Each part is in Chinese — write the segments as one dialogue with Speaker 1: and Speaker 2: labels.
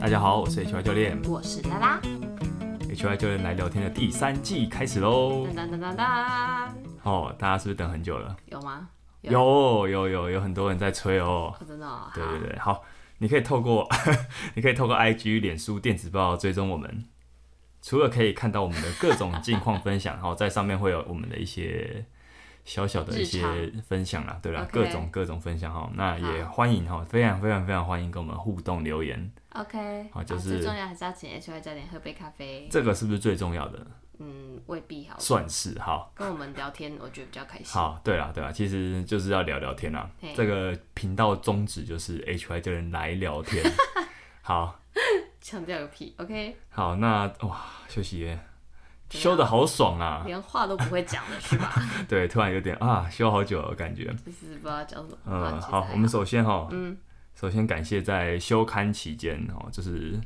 Speaker 1: 大家好，我是 HY 教练
Speaker 2: 我是拉拉，
Speaker 1: ，HY 教练来聊天的第三季开始喽
Speaker 2: 噔。噔噔噔噔，
Speaker 1: 哦，大家是不是等很久了？
Speaker 2: 有吗？有
Speaker 1: 有有有有很多人在催哦。
Speaker 2: 哦真的、哦，
Speaker 1: 对
Speaker 2: 好
Speaker 1: 对对，好，你可以透过 你可以透过 IG、脸书、电子报追踪我们。除了可以看到我们的各种近况分 享，然后在上面会有我们的一些小小的一些
Speaker 2: 日
Speaker 1: 分享啦，对啦
Speaker 2: OK
Speaker 1: 各种各种分享哈。那也
Speaker 2: 好
Speaker 1: 欢迎哈，非常非常非常欢迎跟我们互动留言，
Speaker 2: OK，
Speaker 1: 好就是
Speaker 2: 最重要还是要请 HY 教练喝杯咖啡，
Speaker 1: 这个是不是最重要的？
Speaker 2: 嗯，未必好，
Speaker 1: 算是好。
Speaker 2: 跟我们聊天我觉得比较开心。
Speaker 1: 好，对啦，对啦，其实就是要聊聊天啦
Speaker 2: 嘿。
Speaker 1: 这个频道宗旨就是 HY 这人来聊 天。好，
Speaker 2: 强调个屁，OK，
Speaker 1: 好，那哇，休息耶，
Speaker 2: 怎样
Speaker 1: 修的好爽啊！
Speaker 2: 连话都不会讲了是吧？
Speaker 1: 对，突然有点啊，修好久了感觉。
Speaker 2: 就是不知道讲什么。
Speaker 1: 嗯，
Speaker 2: 其实
Speaker 1: 好
Speaker 2: 还，
Speaker 1: 我们首先哈，
Speaker 2: 啊嗯，
Speaker 1: 首先感谢在休刊期间哦，就是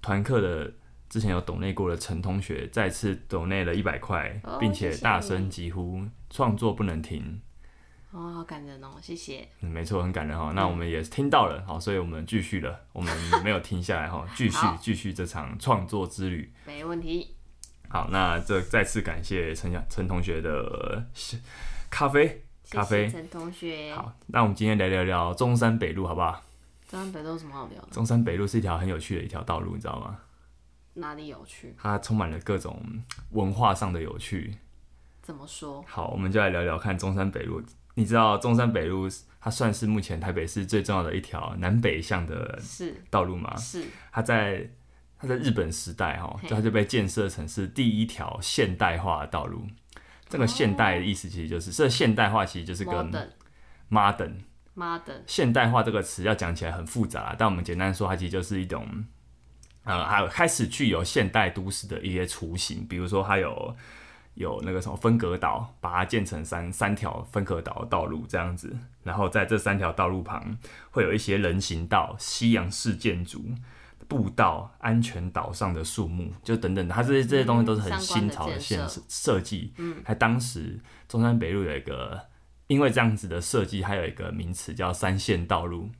Speaker 1: 团课的之前有抖内过的陈同学，再次抖内了一百块
Speaker 2: 哦，
Speaker 1: 并且
Speaker 2: 谢谢
Speaker 1: 大
Speaker 2: 你
Speaker 1: 声疾呼创作不能停。
Speaker 2: 哦，好感人哦，谢谢。
Speaker 1: 嗯，没错，很感人哈。那我们也听到了，好，所以我们继续了，我们没有停下来哈，继续
Speaker 2: 好
Speaker 1: 继续这场创作之旅。
Speaker 2: 没问题，
Speaker 1: 好，那这再次感谢陈小陈同学的是咖啡。
Speaker 2: 谢
Speaker 1: 咖啡
Speaker 2: 谢陈同学。
Speaker 1: 好，那我们今天来聊聊中山北路，好不好？
Speaker 2: 中山北路有什么好聊的？
Speaker 1: 中山北路是一条很有趣的一条道路，你知道吗？
Speaker 2: 哪里有趣？
Speaker 1: 它充满了各种文化上的有趣。
Speaker 2: 怎么说？
Speaker 1: 好，我们就来聊聊看中山北路。你知道中山北路它算是目前台北市最重要的一条南北向的
Speaker 2: 是
Speaker 1: 道路吗？
Speaker 2: 是，
Speaker 1: 它在它在日本时代哈，
Speaker 2: 嘿
Speaker 1: 就它就被建设成是第一条现代化的道路。这个现代的意思其实就是，这现代化其实就是跟
Speaker 2: modern
Speaker 1: modern
Speaker 2: modern
Speaker 1: 现代化这个词要讲起来很复杂啦，但我们简单说，它其实就是一种，呃，还有开始具有现代都市的一些雏形，比如说它有有那个什么分隔岛，把它建成三三条分隔岛的道路这样子，然后在这三条道路旁会有一些人行道、西洋式建筑。步道、安全岛上的树木，就等等的，它这些这些东西都是很
Speaker 2: 嗯相关
Speaker 1: 新
Speaker 2: 的
Speaker 1: 潮的
Speaker 2: 建
Speaker 1: 现
Speaker 2: 设
Speaker 1: 设设计。嗯，还当时中山北路有一个因为这样子的设计，还有一个名词叫三线道路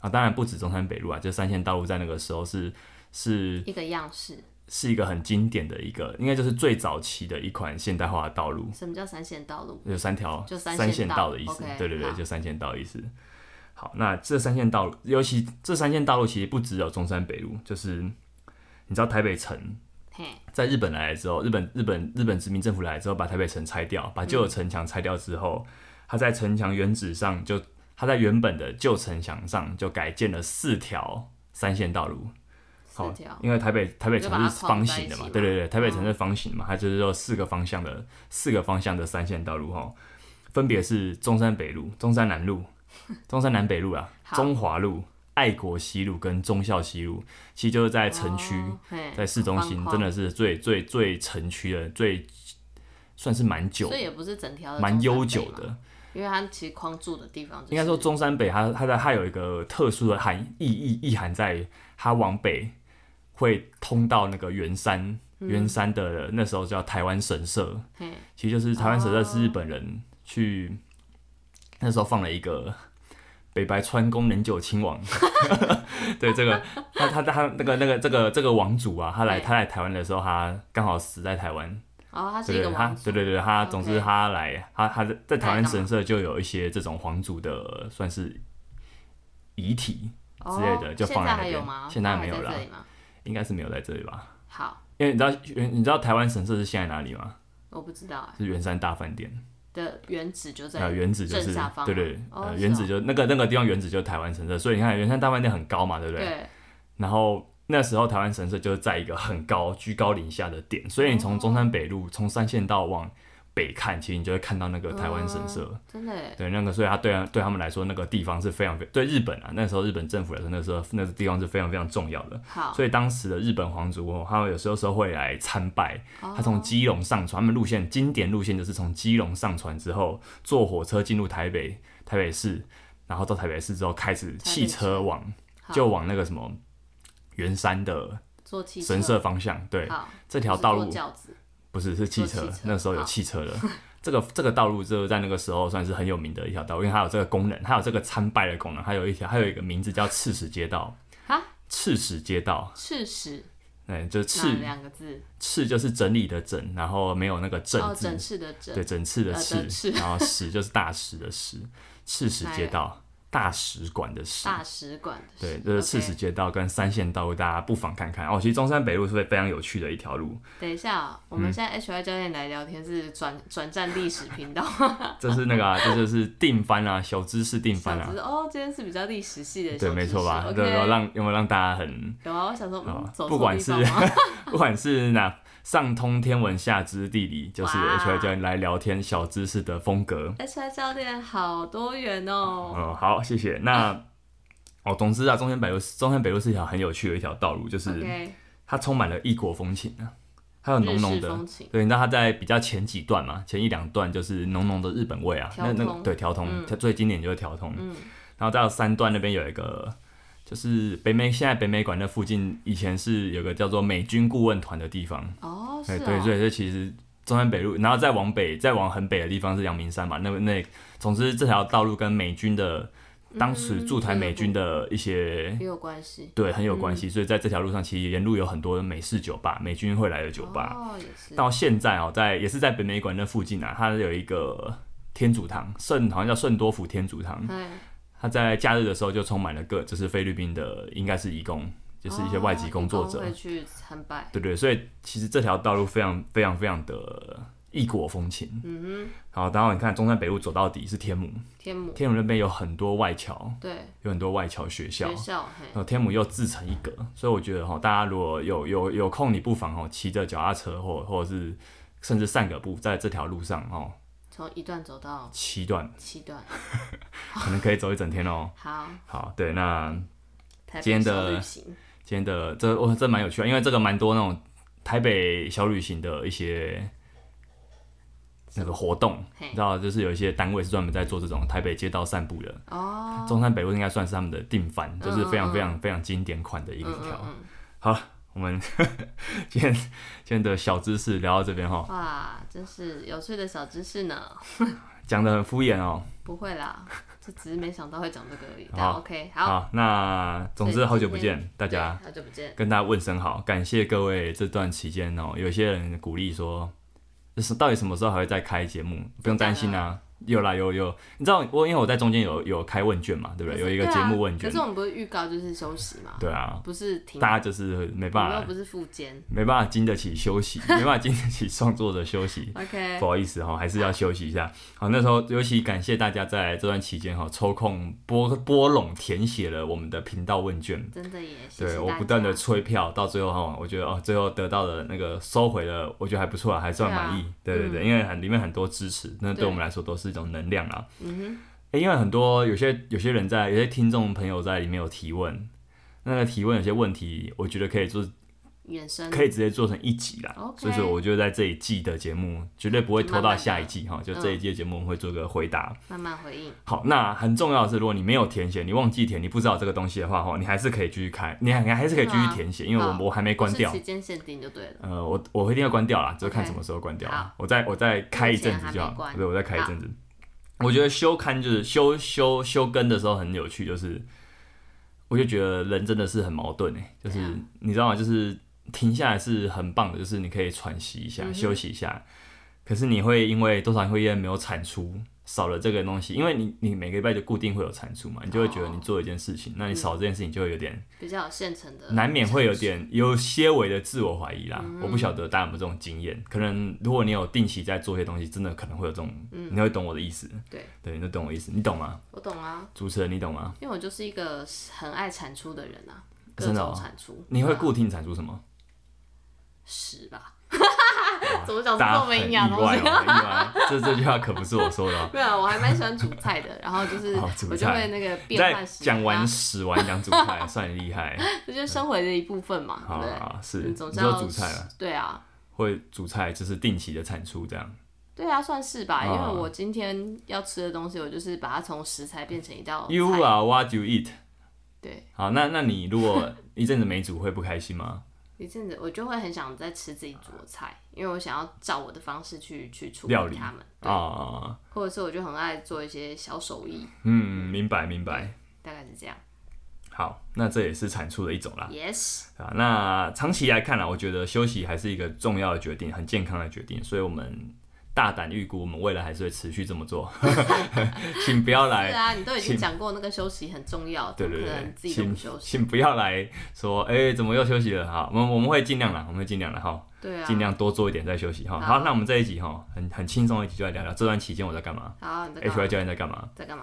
Speaker 1: 啊。当然不止中山北路啊，就三线道路在那个时候是是
Speaker 2: 一个样式。
Speaker 1: 是一个很经典的一个，应该就是最早期的一款现代化的道路，
Speaker 2: 什么叫三线道路？
Speaker 1: 有三条
Speaker 2: 就三
Speaker 1: 三
Speaker 2: 线道
Speaker 1: 线道的意思。
Speaker 2: OK，
Speaker 1: 对对对，
Speaker 2: 好
Speaker 1: 就三线道的意思。好，那这三线道路，尤其这三线道路其实不只有中山北路，就是你知道台北城
Speaker 2: 嘿，
Speaker 1: 在日本来了之后，日本日本日本殖民政府来了之后，把台北城拆掉，把
Speaker 2: 嗯
Speaker 1: 旧的城墙拆掉之后，它在城墙原址上就它在原本的旧城墙上就改建了四条三线道路。
Speaker 2: 四
Speaker 1: 好
Speaker 2: 条，
Speaker 1: 因为台北台北城
Speaker 2: 哦就把它
Speaker 1: 是方形的
Speaker 2: 框在一起哦
Speaker 1: 嘛
Speaker 2: 嘛，
Speaker 1: 对对对，台北城是方形嘛，它就是说四个方向的四个方向的三线道路哈，分别是中山北路、中山南 路、中山南北路啊、
Speaker 2: 好
Speaker 1: 中华路、爱国西路跟忠孝西路，其实就是在城区。
Speaker 2: 哦嘿
Speaker 1: 在市中心
Speaker 2: 方框
Speaker 1: 真的是最最最城区的最算是蛮久
Speaker 2: 所以也不是整条的
Speaker 1: 蛮
Speaker 2: 中山
Speaker 1: 悠
Speaker 2: 北
Speaker 1: 久
Speaker 2: 嘛，
Speaker 1: 的。
Speaker 2: 因为它其实框住的地方、就是，
Speaker 1: 应该说中山北它它的它有一个特殊的含意义意涵在它往北会通到那个圆山，
Speaker 2: 嗯
Speaker 1: 圆山的那时候叫台湾神社，
Speaker 2: 嘿
Speaker 1: 其实就是台湾神社
Speaker 2: 哦
Speaker 1: 是日本人去、那时候放了一个北白川宫能久亲 王，对这个他他他那个那个这个这个王主啊，他来
Speaker 2: 对
Speaker 1: 他来台湾的时候，他刚好死在台湾，
Speaker 2: 哦，它是
Speaker 1: 对
Speaker 2: 一
Speaker 1: 对
Speaker 2: 个
Speaker 1: 他
Speaker 2: 网
Speaker 1: 对对对他
Speaker 2: OK
Speaker 1: 总之他来他他在在台湾
Speaker 2: 他来干嘛
Speaker 1: 神社就有一些这种皇族的算是遗体，之类的就放在
Speaker 2: 哦现在
Speaker 1: 那
Speaker 2: 还
Speaker 1: 边
Speaker 2: 有吗？
Speaker 1: 现在
Speaker 2: 它
Speaker 1: 没
Speaker 2: 还
Speaker 1: 有
Speaker 2: 在
Speaker 1: 了
Speaker 2: 这里吗？
Speaker 1: 应该是没有在这里吧？
Speaker 2: 好，
Speaker 1: 因为你知道原你知道台湾神社是现在哪里吗？
Speaker 2: 我不知道哎
Speaker 1: 是圆山大饭店。
Speaker 2: 的原址就在
Speaker 1: 呃，原子就
Speaker 2: 正
Speaker 1: 是
Speaker 2: 下方
Speaker 1: 对
Speaker 2: 嘛，
Speaker 1: 对，
Speaker 2: 哦
Speaker 1: 呃，
Speaker 2: 是
Speaker 1: 原子
Speaker 2: 哦
Speaker 1: 就那个那个地方原子就是台湾神社，所以你看圆山大饭店很高嘛，对不对？
Speaker 2: 对，
Speaker 1: 然后那时候台湾神社就是在一个很高居高临下的点，所以你从
Speaker 2: 哦
Speaker 1: 中山北路从三线道往北看，其实你就会看到那个台湾神社。
Speaker 2: 真的哎
Speaker 1: 对，那个，所以他对他啊对他们来说，那个地方是非常非对日本啊，那时候日本政府来说，那时候那个地方是非常非常重要的。
Speaker 2: 好，
Speaker 1: 所以当时的日本皇族哦，他们有时候时候会来参拜，
Speaker 2: 哦
Speaker 1: 他从基隆上船，他们路线经典路线就是从基隆上船之后，坐火车进入台北台北市，然后到台北市之后开始汽车往
Speaker 2: 好
Speaker 1: 就往那个什么圆山的
Speaker 2: 坐汽车
Speaker 1: 神社方向，对，
Speaker 2: 好
Speaker 1: 这条
Speaker 2: 不是
Speaker 1: 道
Speaker 2: 坐
Speaker 1: 路
Speaker 2: 轿子
Speaker 1: 不是是汽车
Speaker 2: 坐汽车，
Speaker 1: 那时候有
Speaker 2: 好
Speaker 1: 汽车的。这个这个道路就在那个时候算是很有名的一条道路，因为它有这个功能，它有这个参拜的功能，还有一条还有一个名字叫赤石街道。
Speaker 2: 啊，
Speaker 1: 赤石街道，
Speaker 2: 赤石
Speaker 1: 对，就
Speaker 2: 哪
Speaker 1: 赤
Speaker 2: 两个字？
Speaker 1: 赤就是整理的整，然后没有那个正
Speaker 2: 哦，
Speaker 1: 字，
Speaker 2: 整治的整。
Speaker 1: 对，整次的
Speaker 2: 呃
Speaker 1: 赤，
Speaker 2: 整次
Speaker 1: 然后石就是大石的石，赤石街道大使馆的石。
Speaker 2: 大使馆的
Speaker 1: 对，
Speaker 2: 使
Speaker 1: 这是赤
Speaker 2: OK
Speaker 1: 石街道跟三线道路，大家不妨看看哦。其实中山北路是非常有趣的一条 路，
Speaker 2: 等一下啊、我
Speaker 1: 嗯
Speaker 2: 们现在 HY 教练来聊天是转转战历史频道，
Speaker 1: 这是那个、啊，这就是定番啊，小知识定番
Speaker 2: 想
Speaker 1: 啊
Speaker 2: 知，道哦，今天是比较历史系的小知识，
Speaker 1: 对，没错吧？
Speaker 2: OK，
Speaker 1: 对，有啊让有没有让大家很
Speaker 2: 有啊，我想说，
Speaker 1: 啊
Speaker 2: 嗯，走
Speaker 1: 不
Speaker 2: 错
Speaker 1: 管
Speaker 2: 地
Speaker 1: 是
Speaker 2: 方吗？
Speaker 1: 不管是哪上通天文下知地理，就是
Speaker 2: 哇
Speaker 1: H Y 教练来聊天小知识的风格。
Speaker 2: HY 教练好多元哦，
Speaker 1: 嗯，好，谢谢。那哦，总之啊，中山北路中山北路是一条很有趣的一条道路， 就是
Speaker 2: OK，
Speaker 1: 它充满了异国风情啊，还有浓浓
Speaker 2: 日式
Speaker 1: 的
Speaker 2: 风情，
Speaker 1: 对，你知道它在比较前几段嘛，前一两段就是浓浓的日本味啊，
Speaker 2: 调
Speaker 1: 那那个
Speaker 2: 通
Speaker 1: 对调通，
Speaker 2: 嗯
Speaker 1: 它最经典就是调通，
Speaker 2: 嗯
Speaker 1: 然后到三段那边有一个。就是北美，现在北美馆那附近以前是有个叫做美军顾问团的地方，
Speaker 2: 哦，是
Speaker 1: 哎对
Speaker 2: 哦，
Speaker 1: 对，所以这其实中山北路，然后再往北，再往很北的地方是阳明山嘛。那那总之这条道路跟美军的当时
Speaker 2: 嗯
Speaker 1: 驻台
Speaker 2: 对
Speaker 1: 美
Speaker 2: 对嗯
Speaker 1: 军的一些
Speaker 2: 也有关系，
Speaker 1: 对很有关系，所以在这条路上其实沿路有很多美式酒吧，美军会来的酒吧。
Speaker 2: 哦，也是，
Speaker 1: 到现在哦，在也是在北美馆那附近啊，它有一个天主堂，圣好像叫圣多福天主 堂，
Speaker 2: 哎，
Speaker 1: 它在假日的时候就充满了各就是菲律宾的应该是义工，就是一些外籍
Speaker 2: 哦
Speaker 1: 工作
Speaker 2: 义
Speaker 1: 者，
Speaker 2: 会去参拜，
Speaker 1: 对对，所以其实这条道路非常非常非常的异国风情。
Speaker 2: 嗯
Speaker 1: 好，然后你看中山北路走到底是天母，
Speaker 2: 哼，天母，
Speaker 1: 天母那边有很多外侨，
Speaker 2: 对，
Speaker 1: 有很多外侨学校
Speaker 2: 学，校，嘿，
Speaker 1: 然后天母又自成一格，所以我觉得哈，大家如果有有有空，你不妨哦骑着脚踏车或或者是甚至散个步，在这条路上哦
Speaker 2: 从一段走到
Speaker 1: 骑段，
Speaker 2: 七段，
Speaker 1: 可能可以走一整天哦。
Speaker 2: 好，
Speaker 1: 好，对，那
Speaker 2: 台北
Speaker 1: 今天
Speaker 2: 小
Speaker 1: 的
Speaker 2: 旅行，
Speaker 1: 今天的这哇这蛮有趣的，因为这个蛮多那种台北小旅行的一些那个活动，
Speaker 2: 嘿
Speaker 1: 你知道，就是有一些单位是专门在做这种台北街道散步的。
Speaker 2: 哦，
Speaker 1: 中山北路应该算是他们的定番，就是非常
Speaker 2: 嗯嗯
Speaker 1: 非常非常经典款的一
Speaker 2: 嗯
Speaker 1: 条。
Speaker 2: 嗯
Speaker 1: 我们 今天今天的小知识聊到这边哈
Speaker 2: 嗯，，哇，真是有趣的小知识呢。
Speaker 1: 讲的很敷衍哦。
Speaker 2: 不 会啦，就只是没想到会讲这个而已。
Speaker 1: 好
Speaker 2: 但 OK，好，
Speaker 1: 好，那总之
Speaker 2: 对
Speaker 1: 好久不
Speaker 2: 今天
Speaker 1: 见，大家
Speaker 2: 对好久不见，
Speaker 1: 跟大家问声好，感谢各位这段期间哦，有些人鼓励说，就是到底什么时候还会再开节目？不用担心啊，有啦有有，你知道我因为我在中间有有开问卷嘛，对不对？有
Speaker 2: 可是
Speaker 1: 一个节目问
Speaker 2: 对
Speaker 1: 卷
Speaker 2: 啊可是，我嗯们不是预告就是休息嘛，
Speaker 1: 对啊，
Speaker 2: 不是停，
Speaker 1: 大家就是没
Speaker 2: 我
Speaker 1: 办
Speaker 2: 们又
Speaker 1: 法，
Speaker 2: 不是复健
Speaker 1: 没办法经得起休 息，没办法经得起创作者休息。
Speaker 2: ，OK，
Speaker 1: 不好意思哈、还是要休息一下。好，那时候尤其感谢大家在这段期间哈、抽空拨拨拢填写了我们的频道问卷，
Speaker 2: 真的也谢谢
Speaker 1: 对
Speaker 2: 大
Speaker 1: 我
Speaker 2: 家
Speaker 1: 不断的催票，到最后哈，我觉得哦，最后得到的那个收回了，我觉得还不错啊，还算满意。对
Speaker 2: 对啊
Speaker 1: 对对，因为很里面很多支持，那对
Speaker 2: 对
Speaker 1: 我们来说都是一种能量啦。
Speaker 2: 嗯
Speaker 1: 诶因为很多有些有些人在，有些听众朋友在里面有提问，那个提问有些问题，我觉得可以做，
Speaker 2: 哼，衍生
Speaker 1: 可以直接做成一集啦。
Speaker 2: OK
Speaker 1: 所以说，我就在这一季的节目绝对不会拖到下一季哈，就
Speaker 2: 慢慢地嗯
Speaker 1: 这一季的节目我们会做个回答。
Speaker 2: 慢慢回应，
Speaker 1: 好，那很重要的是，如果你没有填写，你忘记填，你不知道这个东西的话，哈，你还是可以继续开，你还你还是可以继续填写，因为我
Speaker 2: 好
Speaker 1: 我还没关掉
Speaker 2: 不是，期间限定就对了。
Speaker 1: 呃，我我一定要关掉啦，就看
Speaker 2: OK
Speaker 1: 什么时候关掉啊
Speaker 2: 好。
Speaker 1: 我再我再开一阵子就
Speaker 2: 目前还没
Speaker 1: 好，
Speaker 2: 关
Speaker 1: 对，我再开一阵子。我觉得休刊就是休休休更的时候很有趣，就是我就觉得人真的是很矛盾哎，就是
Speaker 2: 怎样
Speaker 1: 你知道吗？就是停下来是很棒的，就是你可以喘息一下，
Speaker 2: 嗯哼
Speaker 1: 休息一下。可是你会因为多少会因为没有产出，少了这个东西，因为你你每个礼拜就固定会有产出嘛，你就会觉得
Speaker 2: 哦嗯
Speaker 1: 你做一件事情，那你少这件事情就会有点
Speaker 2: 比较有现成的，
Speaker 1: 难免会有
Speaker 2: 嗯
Speaker 1: 点有些微的自我怀疑啦。我不晓得大家有没有这种经验，可能如果你有定期在做一些东西，真的可能会有这种，你会懂我的意思。
Speaker 2: 嗯对，
Speaker 1: 对，你就懂我意思，你懂吗？
Speaker 2: 我懂啊，
Speaker 1: 主持人，你懂吗？
Speaker 2: 因为我就是一个很爱产出的人啊，各
Speaker 1: 真的
Speaker 2: 种
Speaker 1: 哦
Speaker 2: 产出，
Speaker 1: 你会
Speaker 2: 对啊
Speaker 1: 固定产出什 么？
Speaker 2: 十吧？ 怎么讲出
Speaker 1: 大家
Speaker 2: 这么
Speaker 1: 很
Speaker 2: 没营
Speaker 1: 意
Speaker 2: 养啊
Speaker 1: 外哦，
Speaker 2: 的东西？
Speaker 1: 很意外。哦 这这句话可不是我说的哦。
Speaker 2: 没有，我还蛮喜欢煮菜的，然后就 是
Speaker 1: 哦煮菜
Speaker 2: 我就会那个
Speaker 1: 你
Speaker 2: 变
Speaker 1: 在
Speaker 2: 换食材啊
Speaker 1: 讲完屎完讲主 菜，算你厉害。
Speaker 2: 这 就是生活的一部分嘛，对
Speaker 1: 好
Speaker 2: 不
Speaker 1: 好
Speaker 2: 对？
Speaker 1: 好，是
Speaker 2: 你
Speaker 1: 你
Speaker 2: 总
Speaker 1: 说
Speaker 2: 是要
Speaker 1: 主菜了，
Speaker 2: 对啊，
Speaker 1: 会主菜就是定期的产出这样。
Speaker 2: 对啊，算是吧，因
Speaker 1: 啊
Speaker 2: 为我今天要吃的东西，我就是把它从食材变成一道
Speaker 1: You
Speaker 2: 哦菜。
Speaker 1: are what you eat。
Speaker 2: 对，
Speaker 1: 好，那那你如果一阵子没煮会不开心吗？
Speaker 2: 一阵子我就会很想再吃自己煮的菜，因为我想要照我的方式去去处
Speaker 1: 料
Speaker 2: 理
Speaker 1: 理
Speaker 2: 它们， 对，
Speaker 1: 啊，
Speaker 2: 或者是我就很爱做一些小手艺，
Speaker 1: 嗯，明白明白。
Speaker 2: 大概是这样。
Speaker 1: 好，那这也是产出的一种啦。
Speaker 2: Yes，
Speaker 1: 啊，那长期来看啊呢，我觉得休息还是一个重要的决定，很健康的决定，所以我们大胆预估，我们未来还是会持续这么做， 请不要来
Speaker 2: 对啊，你都已经
Speaker 1: 请
Speaker 2: 讲过那个休息很重要，
Speaker 1: 对
Speaker 2: 怎么
Speaker 1: 对
Speaker 2: 可
Speaker 1: 对
Speaker 2: 能，自己都
Speaker 1: 请
Speaker 2: 哦不休息？
Speaker 1: 请不要来说，哎、怎么又休息了？哈，我们我们会尽量啦，我们会尽量啦，哈，
Speaker 2: 对啊，
Speaker 1: 尽量多做一点再休息哈。
Speaker 2: 好
Speaker 1: 好，那我们这一集哈，很很轻松的一集，就来聊聊这段期间我在干嘛
Speaker 2: 好，你在干
Speaker 1: ，HY
Speaker 2: 嘛？
Speaker 1: 教练在干嘛。
Speaker 2: 在干嘛？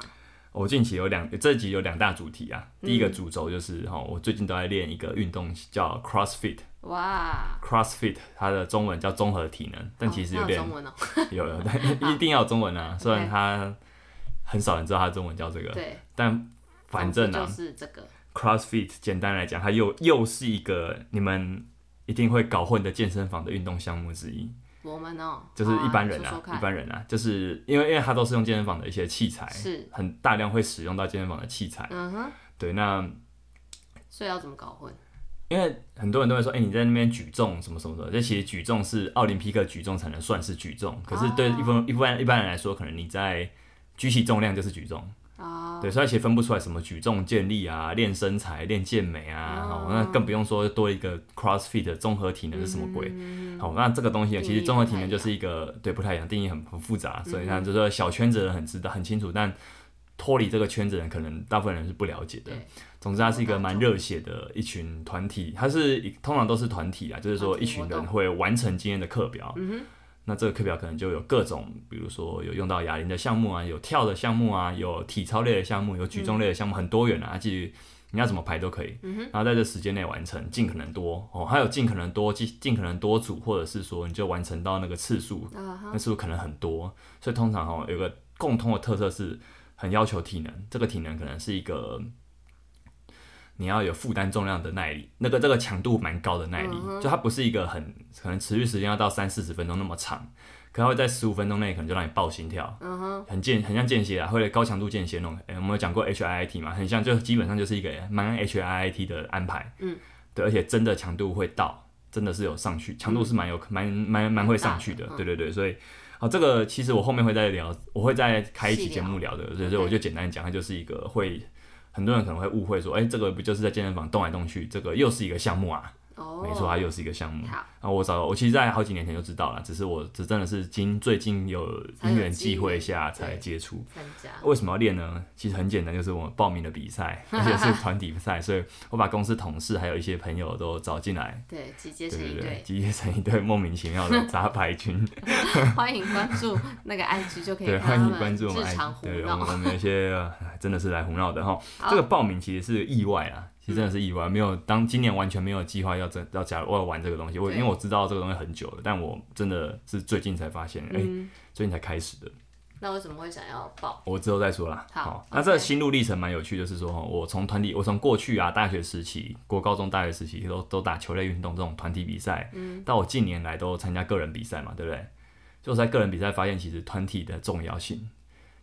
Speaker 1: 我近期有两，这集有两大主题啊。第
Speaker 2: 嗯
Speaker 1: 一个主轴就是哈、我最近都在练一个运动叫 CrossFit。
Speaker 2: 哇，
Speaker 1: CrossFit 它的中文叫综合体能，但其实
Speaker 2: 哦
Speaker 1: 有
Speaker 2: 那
Speaker 1: 点、
Speaker 2: 中文哦，
Speaker 1: 有有，但一定要有中文 啊。虽然
Speaker 2: OK
Speaker 1: 它很少人知道它的中文叫这个，
Speaker 2: 对，
Speaker 1: 但反正啊
Speaker 2: 总之就是这个
Speaker 1: CrossFit 简单来讲，它又又是一个你们一定会搞混的健身房的运动项目之一，
Speaker 2: 我们哦，
Speaker 1: 就是一般人
Speaker 2: 好
Speaker 1: 啊
Speaker 2: 说，说看
Speaker 1: 一般人啊，就是因为因为它都是用健身房的一些器材，
Speaker 2: 是，
Speaker 1: 很大量会使用到健身房的器材。
Speaker 2: 嗯哼，
Speaker 1: 对，那
Speaker 2: 所以要怎么搞混？
Speaker 1: 因为很多人都会说，哎、你在那边举重什么什么的，这其实举重是奥林匹克举重才能算是举重，可是对
Speaker 2: 哦
Speaker 1: 一般一般一般人来说，可能你在举起重量就是举重，
Speaker 2: 哦，
Speaker 1: 对，所以其实分不出来什么举重、健力啊、练身材、练健美啊，哦
Speaker 2: 哦
Speaker 1: 那更不用说多一个 CrossFit 的综合体能是什么鬼。好，那这个东西呢，
Speaker 2: 嗯定义
Speaker 1: 其实综合体
Speaker 2: 不太
Speaker 1: 能
Speaker 2: 一样嗯
Speaker 1: 就是一个对不太一样，定义很很复杂，所以它就是说小圈子的人很知道很清楚，但脱离这个圈子的人，可能大部分人是不了解的
Speaker 2: 对。
Speaker 1: 总之，它是一个蛮热血的一群团体，它是一通常都是团体啊，就是说
Speaker 2: 团体
Speaker 1: 一群
Speaker 2: 哦活
Speaker 1: 人
Speaker 2: 动嗯
Speaker 1: 会完成今天的课表。那这个课表可能就有各种，比如说有用到哑铃的项目啊，有跳的项目啊，有体操类的项目，有举重类的项目，很多元
Speaker 2: 嗯
Speaker 1: 啊，其实你要怎么排都可以。然后在这时间内完成，尽可能多哦，还有尽可能多，尽尽可能多组，或者是说你就完成到那个次数，
Speaker 2: 啊哈，
Speaker 1: 那次数可能很多，所以通常哦有个共通的特色是很要求体能，这个体能可能是一个。你要有负担重量的耐力，那个这个强度蛮高的耐
Speaker 2: 嗯
Speaker 1: 力，就它不是一个很可能持续时间要到三四十分钟那么长，可它会在十五分钟内可能就让你爆心跳，
Speaker 2: 嗯哼，
Speaker 1: 很间很像间歇啊，或者高强度间歇那种。诶我们有讲过 HIIT 嘛，很像，就基本上就是一个蛮 HIIT 的安排。
Speaker 2: 嗯，
Speaker 1: 对，而且真的强度会到，真的是有上去，强度是蛮有蛮蛮蛮会上去的。
Speaker 2: 蛮大的嗯
Speaker 1: 对对对，所以好，这个其实我后面会再聊，我会再开一期
Speaker 2: 细聊
Speaker 1: 节目聊的，所以
Speaker 2: OK
Speaker 1: 所以我就简单讲，它就是一个会。很多人可能会误会说，哎、这个不就是在健身房动来动去？这个又是一个项目啊，
Speaker 2: 哦，
Speaker 1: 没错，它又是一个项目。
Speaker 2: 好，
Speaker 1: 然后我早我其实，在好几年前就知道了，只是我这真的是今最近有因缘际会下 才接触。
Speaker 2: 参加，
Speaker 1: 为什么要练呢？其实很简单，就是我报名的比 赛，而且是团体赛，所以我把公司同事还有一些朋友都找进来，
Speaker 2: 对，集结
Speaker 1: 对
Speaker 2: 成一
Speaker 1: 对对，
Speaker 2: 队，
Speaker 1: 集结成一队莫名其妙的杂牌军。
Speaker 2: 欢迎关注那个 IG 就可以
Speaker 1: 对，
Speaker 2: 看
Speaker 1: 欢
Speaker 2: 他
Speaker 1: 迎
Speaker 2: 们
Speaker 1: 关注我们
Speaker 2: 日
Speaker 1: IG，
Speaker 2: 常胡
Speaker 1: 对，我
Speaker 2: 闹
Speaker 1: 们，我们有些哎真的是来胡闹的哈。
Speaker 2: 好嗯
Speaker 1: 这个报名其实是意外啊，其实真的是意外，没有当今年完全没有计划要真要加入我要玩这个东西。我
Speaker 2: 对
Speaker 1: 因为我知道这个东西很久了，但我真的是最近才发现，哎、
Speaker 2: 嗯
Speaker 1: 最近才开始的。
Speaker 2: 那为什么会想要报？
Speaker 1: 我之后再说啦。
Speaker 2: 好
Speaker 1: 那这个
Speaker 2: OK
Speaker 1: 心路历程蛮有趣，就是说，我从团体，我从过去啊，大学时期、国高中、大学时期都都打球类运动这种团体比赛，嗯，到我近年来都参加个人比赛嘛，对不对？就在个人比赛发现，其实团体的重要性，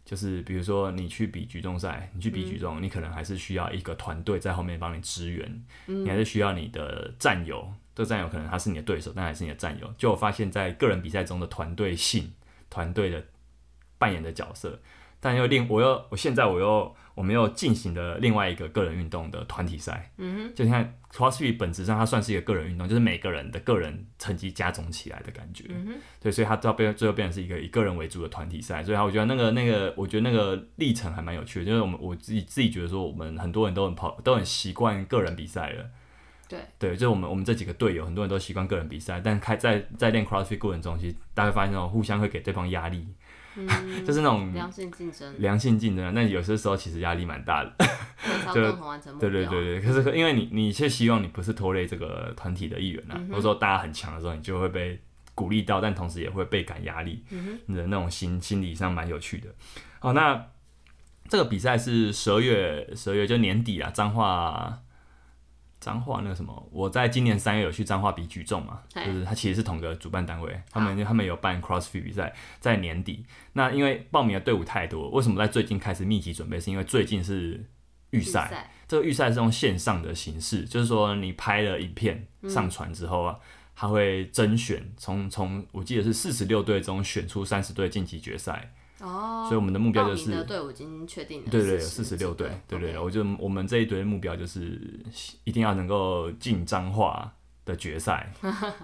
Speaker 1: 就是比如说你去比举重赛，你去比
Speaker 2: 嗯
Speaker 1: 举重，你可能还是需要一个团队在后面帮你支援，
Speaker 2: 嗯
Speaker 1: 你还是需要你的战友。这个战友可能他是你的对手，但还是你的战友。就我发现，在个人比赛中的团队性、团队的扮演的角色，但又另我又我现在我又我们又进行了另外一个个人运动的团体赛，嗯哼，就你看 CrossFit 本质上它算是一个个人运动，就是每个人的个人成绩加总起来的感觉，嗯哼，对，所以它到变最后变成是一个以个人为主的团体赛，所以它我觉得那个那个我觉得那个历程还蛮有趣的，就是我们我自己自己觉得说我们很多人都很跑都很习惯个人比赛了。
Speaker 2: 对
Speaker 1: 对，就是我们我们这几个队友，很多人都习惯个人比赛，但开在在练 CrossFit 过程中，其实大家会发现哦，互相会给对方压力，就是那种
Speaker 2: 嗯良性竞争，
Speaker 1: 良性竞争啊，那有些时候其实压力蛮大的。
Speaker 2: 可以朝
Speaker 1: 对
Speaker 2: 共同完成目标。
Speaker 1: 对对对对，可是因为你你是希望你不是拖累这个团体的一员啊，或者说大家很强的时候，你就会被鼓励到，但同时也会倍感压力，
Speaker 2: 嗯
Speaker 1: 你的那种心心理上蛮有趣的。好，那这个比赛是十二月十二月就年底啊，彰化。彰化那个什么，我在今年三月有去彰化比举重嘛，
Speaker 2: 嘿
Speaker 1: 就是它其实是同个主办单位，他们他们有办 CrossFit 比赛，在年底。那因为报名的队伍太多，为什么在最近开始密集准备？是因为最近是预
Speaker 2: 预
Speaker 1: 赛，，这个预赛是用线上的形式，就是说你拍了影片上传之后啊，它会甄选，从从我记得是四十六队中选出三十队晋级决赛，
Speaker 2: 哦，
Speaker 1: 所以我们的目标
Speaker 2: 报
Speaker 1: 就
Speaker 2: 名的
Speaker 1: 是
Speaker 2: 队伍已经确定了，
Speaker 1: 对对，有
Speaker 2: 四
Speaker 1: 四十六队，对对对，
Speaker 2: OK
Speaker 1: 我就我们这一队目标就是一定要能够进彰化的决 赛，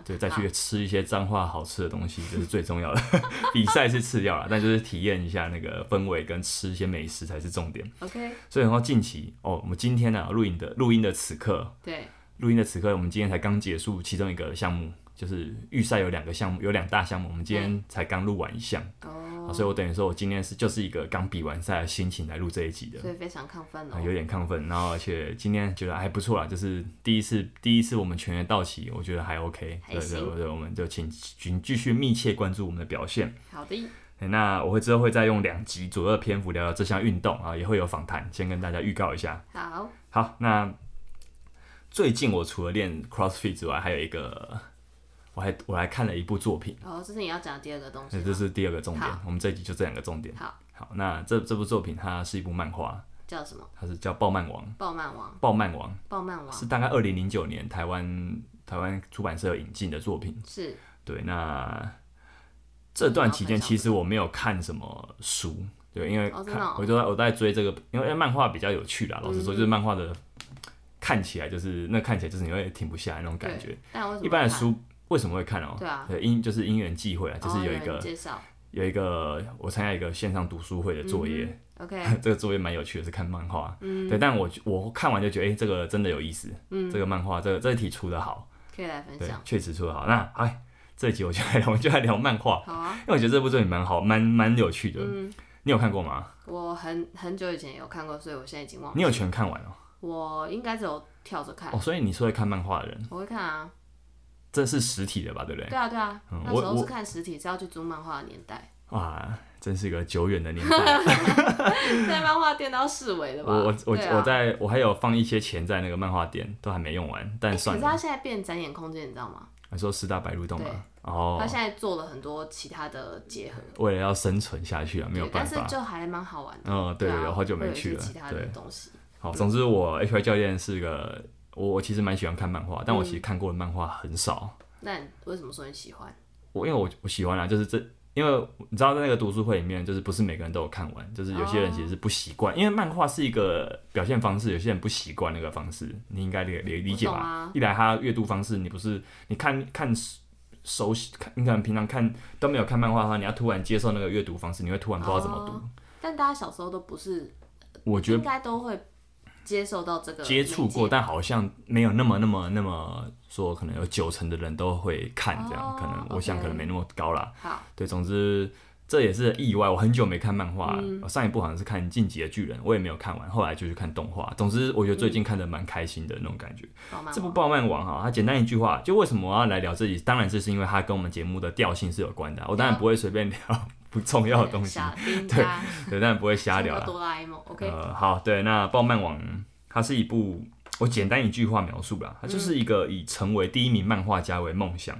Speaker 1: 对，再去吃一些彰化好吃的东西，这是最重要的。 比赛是次要了，但就是体验一下那个氛围跟吃一些美食才是重点。
Speaker 2: OK，
Speaker 1: 所以然后近期哦，我们今天呢、啊、录影的录音的此刻，
Speaker 2: 对，
Speaker 1: 录音的此刻，我们今天才刚结束其中一个项目，就是预赛有两个项目，有两大项目，我们今天才刚录完一项、
Speaker 2: 哦，
Speaker 1: 啊所以我等于说我今天是就是一个刚比完赛的心情来录这一集的。
Speaker 2: 所以非常亢奋
Speaker 1: 啊，有
Speaker 2: 哦，
Speaker 1: 点亢奋，然后而且今天觉得还不错啦，就是第一次第一次我们全员到齐，我觉得还 OK，
Speaker 2: 还
Speaker 1: 对对
Speaker 2: 行
Speaker 1: 对，我们就请请继续密切关注我们的表现。
Speaker 2: 好的，
Speaker 1: 诶那我会之后会再用两集左右的篇幅聊聊这项运动啊，也会有访谈，先跟大家预告一下。
Speaker 2: 好，
Speaker 1: 好，那最近我除了练 CrossFit 之外，还有一个，我还我还看了一部作品，
Speaker 2: 哦，这是你要讲的第二个东西
Speaker 1: 那
Speaker 2: 吗，
Speaker 1: 这是第二个重点
Speaker 2: 好。
Speaker 1: 我们这一集就这两个重点。
Speaker 2: 好，
Speaker 1: 好，那这这部作品它是一部漫画，
Speaker 2: 叫什么？
Speaker 1: 它是叫《暴漫王》，《
Speaker 2: 暴漫王，
Speaker 1: 暴漫王》。
Speaker 2: 暴漫王
Speaker 1: 是大概二零零九年台湾台湾出版社有引进的作品。
Speaker 2: 是
Speaker 1: 对，那这段期间其实我没有看什么书，对，因为
Speaker 2: 哦真
Speaker 1: 看、
Speaker 2: 的哦嗯
Speaker 1: 我就在我在追这个，因为漫画比较有趣啦。老实说，就是漫画的看起来就是那看起来就是你会停不下来那种感觉。
Speaker 2: 对但为什么
Speaker 1: 一般的
Speaker 2: 看
Speaker 1: 书为什么会看哦、
Speaker 2: 对啊
Speaker 1: 因就是因缘际会啊，就是
Speaker 2: 哦
Speaker 1: 有一
Speaker 2: 人
Speaker 1: 个、
Speaker 2: 介绍
Speaker 1: 有一个我参加一个线上读书会的作业，
Speaker 2: ，OK，
Speaker 1: 这个作业蛮有趣的，是看漫画。
Speaker 2: 嗯
Speaker 1: 对，但我我看完就觉得，哎、这个真的有意思。这个漫画，这个这个题出的好，
Speaker 2: 可以来分
Speaker 1: 对
Speaker 2: 享，，
Speaker 1: 确实出的好。那哎，这一集我就来聊， 我就来聊漫画，
Speaker 2: 好啊，
Speaker 1: 因为我觉得这部作品蛮好，蛮蛮有趣的。
Speaker 2: 嗯
Speaker 1: 你有看过吗？
Speaker 2: 我很很久以前有看过，所以我现在已经忘了，
Speaker 1: 你有全看完哦、
Speaker 2: 我应该只有跳着看
Speaker 1: 哦，，所以你是会看漫画的人，
Speaker 2: 我会看啊，
Speaker 1: 这是实体的吧？对不对？
Speaker 2: 对啊对啊，
Speaker 1: 嗯
Speaker 2: 那
Speaker 1: 我
Speaker 2: 时候
Speaker 1: 我
Speaker 2: 是看实体，是要去租漫画的年 代，
Speaker 1: 哇，真是个久远的年 代。
Speaker 2: 在漫画店都要视为的吧，
Speaker 1: 我我我、
Speaker 2: 对啊
Speaker 1: 我在我还有放一些钱在那个漫画店，都还没用完，
Speaker 2: 哎
Speaker 1: 但
Speaker 2: 可
Speaker 1: 算
Speaker 2: 是
Speaker 1: 了。
Speaker 2: 他现在变展演空间，你知道吗？
Speaker 1: 你说师大白鹿洞
Speaker 2: 对
Speaker 1: 吗？哦
Speaker 2: 他，现在做了很多其他的结合，
Speaker 1: 为了要生存下去啊，没有
Speaker 2: 对
Speaker 1: 办
Speaker 2: 但
Speaker 1: 法
Speaker 2: 是。就还蛮好玩的。
Speaker 1: 嗯，对对
Speaker 2: 啊
Speaker 1: 对，好久
Speaker 2: 会
Speaker 1: 没
Speaker 2: 有一
Speaker 1: 去
Speaker 2: 些
Speaker 1: 了
Speaker 2: 其他。的
Speaker 1: 对，
Speaker 2: 东西，
Speaker 1: 好，总之我 HY 教练是个，我我其实蛮喜欢看漫画，
Speaker 2: 嗯
Speaker 1: 但我其实看过的漫画很少。
Speaker 2: 那你为什么说你喜欢？
Speaker 1: 我因为我我喜欢啊，就是这，因为你知道在那个读书会里面，就是不是每个人都有看完，就是有些人其实是不习
Speaker 2: 哦
Speaker 1: 惯，因为漫画是一个表现方式，有些人不习惯那个方式，你应该理理理解
Speaker 2: 我
Speaker 1: 吧？
Speaker 2: 懂啊
Speaker 1: 一来他阅读方式，你不是你看看熟悉，看你可能平常看都没有看漫画的话，你要突然接受那个阅读方式，你会突然不知道怎么读。
Speaker 2: 哦但大家小时候都不是，
Speaker 1: 我觉得
Speaker 2: 应该都会接受到这个
Speaker 1: 接触过，
Speaker 2: 媒介
Speaker 1: 但好像没有那么那么那么说，可能有九成的人都会看这样，
Speaker 2: 哦
Speaker 1: 可能我想
Speaker 2: OK
Speaker 1: 可能没那么高啦。
Speaker 2: 好，
Speaker 1: 对，总之这也是意外，我很久没看漫画
Speaker 2: 嗯
Speaker 1: 了，我上一部好像是看《进击的巨人》，我也没有看完，后来就去看动画。总之，我觉得最
Speaker 2: 嗯
Speaker 1: 近看的蛮开心的那种感觉。
Speaker 2: 好吗？
Speaker 1: 这部《暴漫王》哈，它简单一句话，就为什么我要来聊这里？当然这是因为它跟我们节目的调性是有关的啊，我当然不会随便聊 不重要的东西，
Speaker 2: 傻丁家，
Speaker 1: 对，当然不会瞎聊啦
Speaker 2: 像。哆啦 A 梦，OK，
Speaker 1: 呃，好，对，那《暴漫王》它是一部，我简单一句话描述啦，它就是一个以成为第一名漫画家为梦想，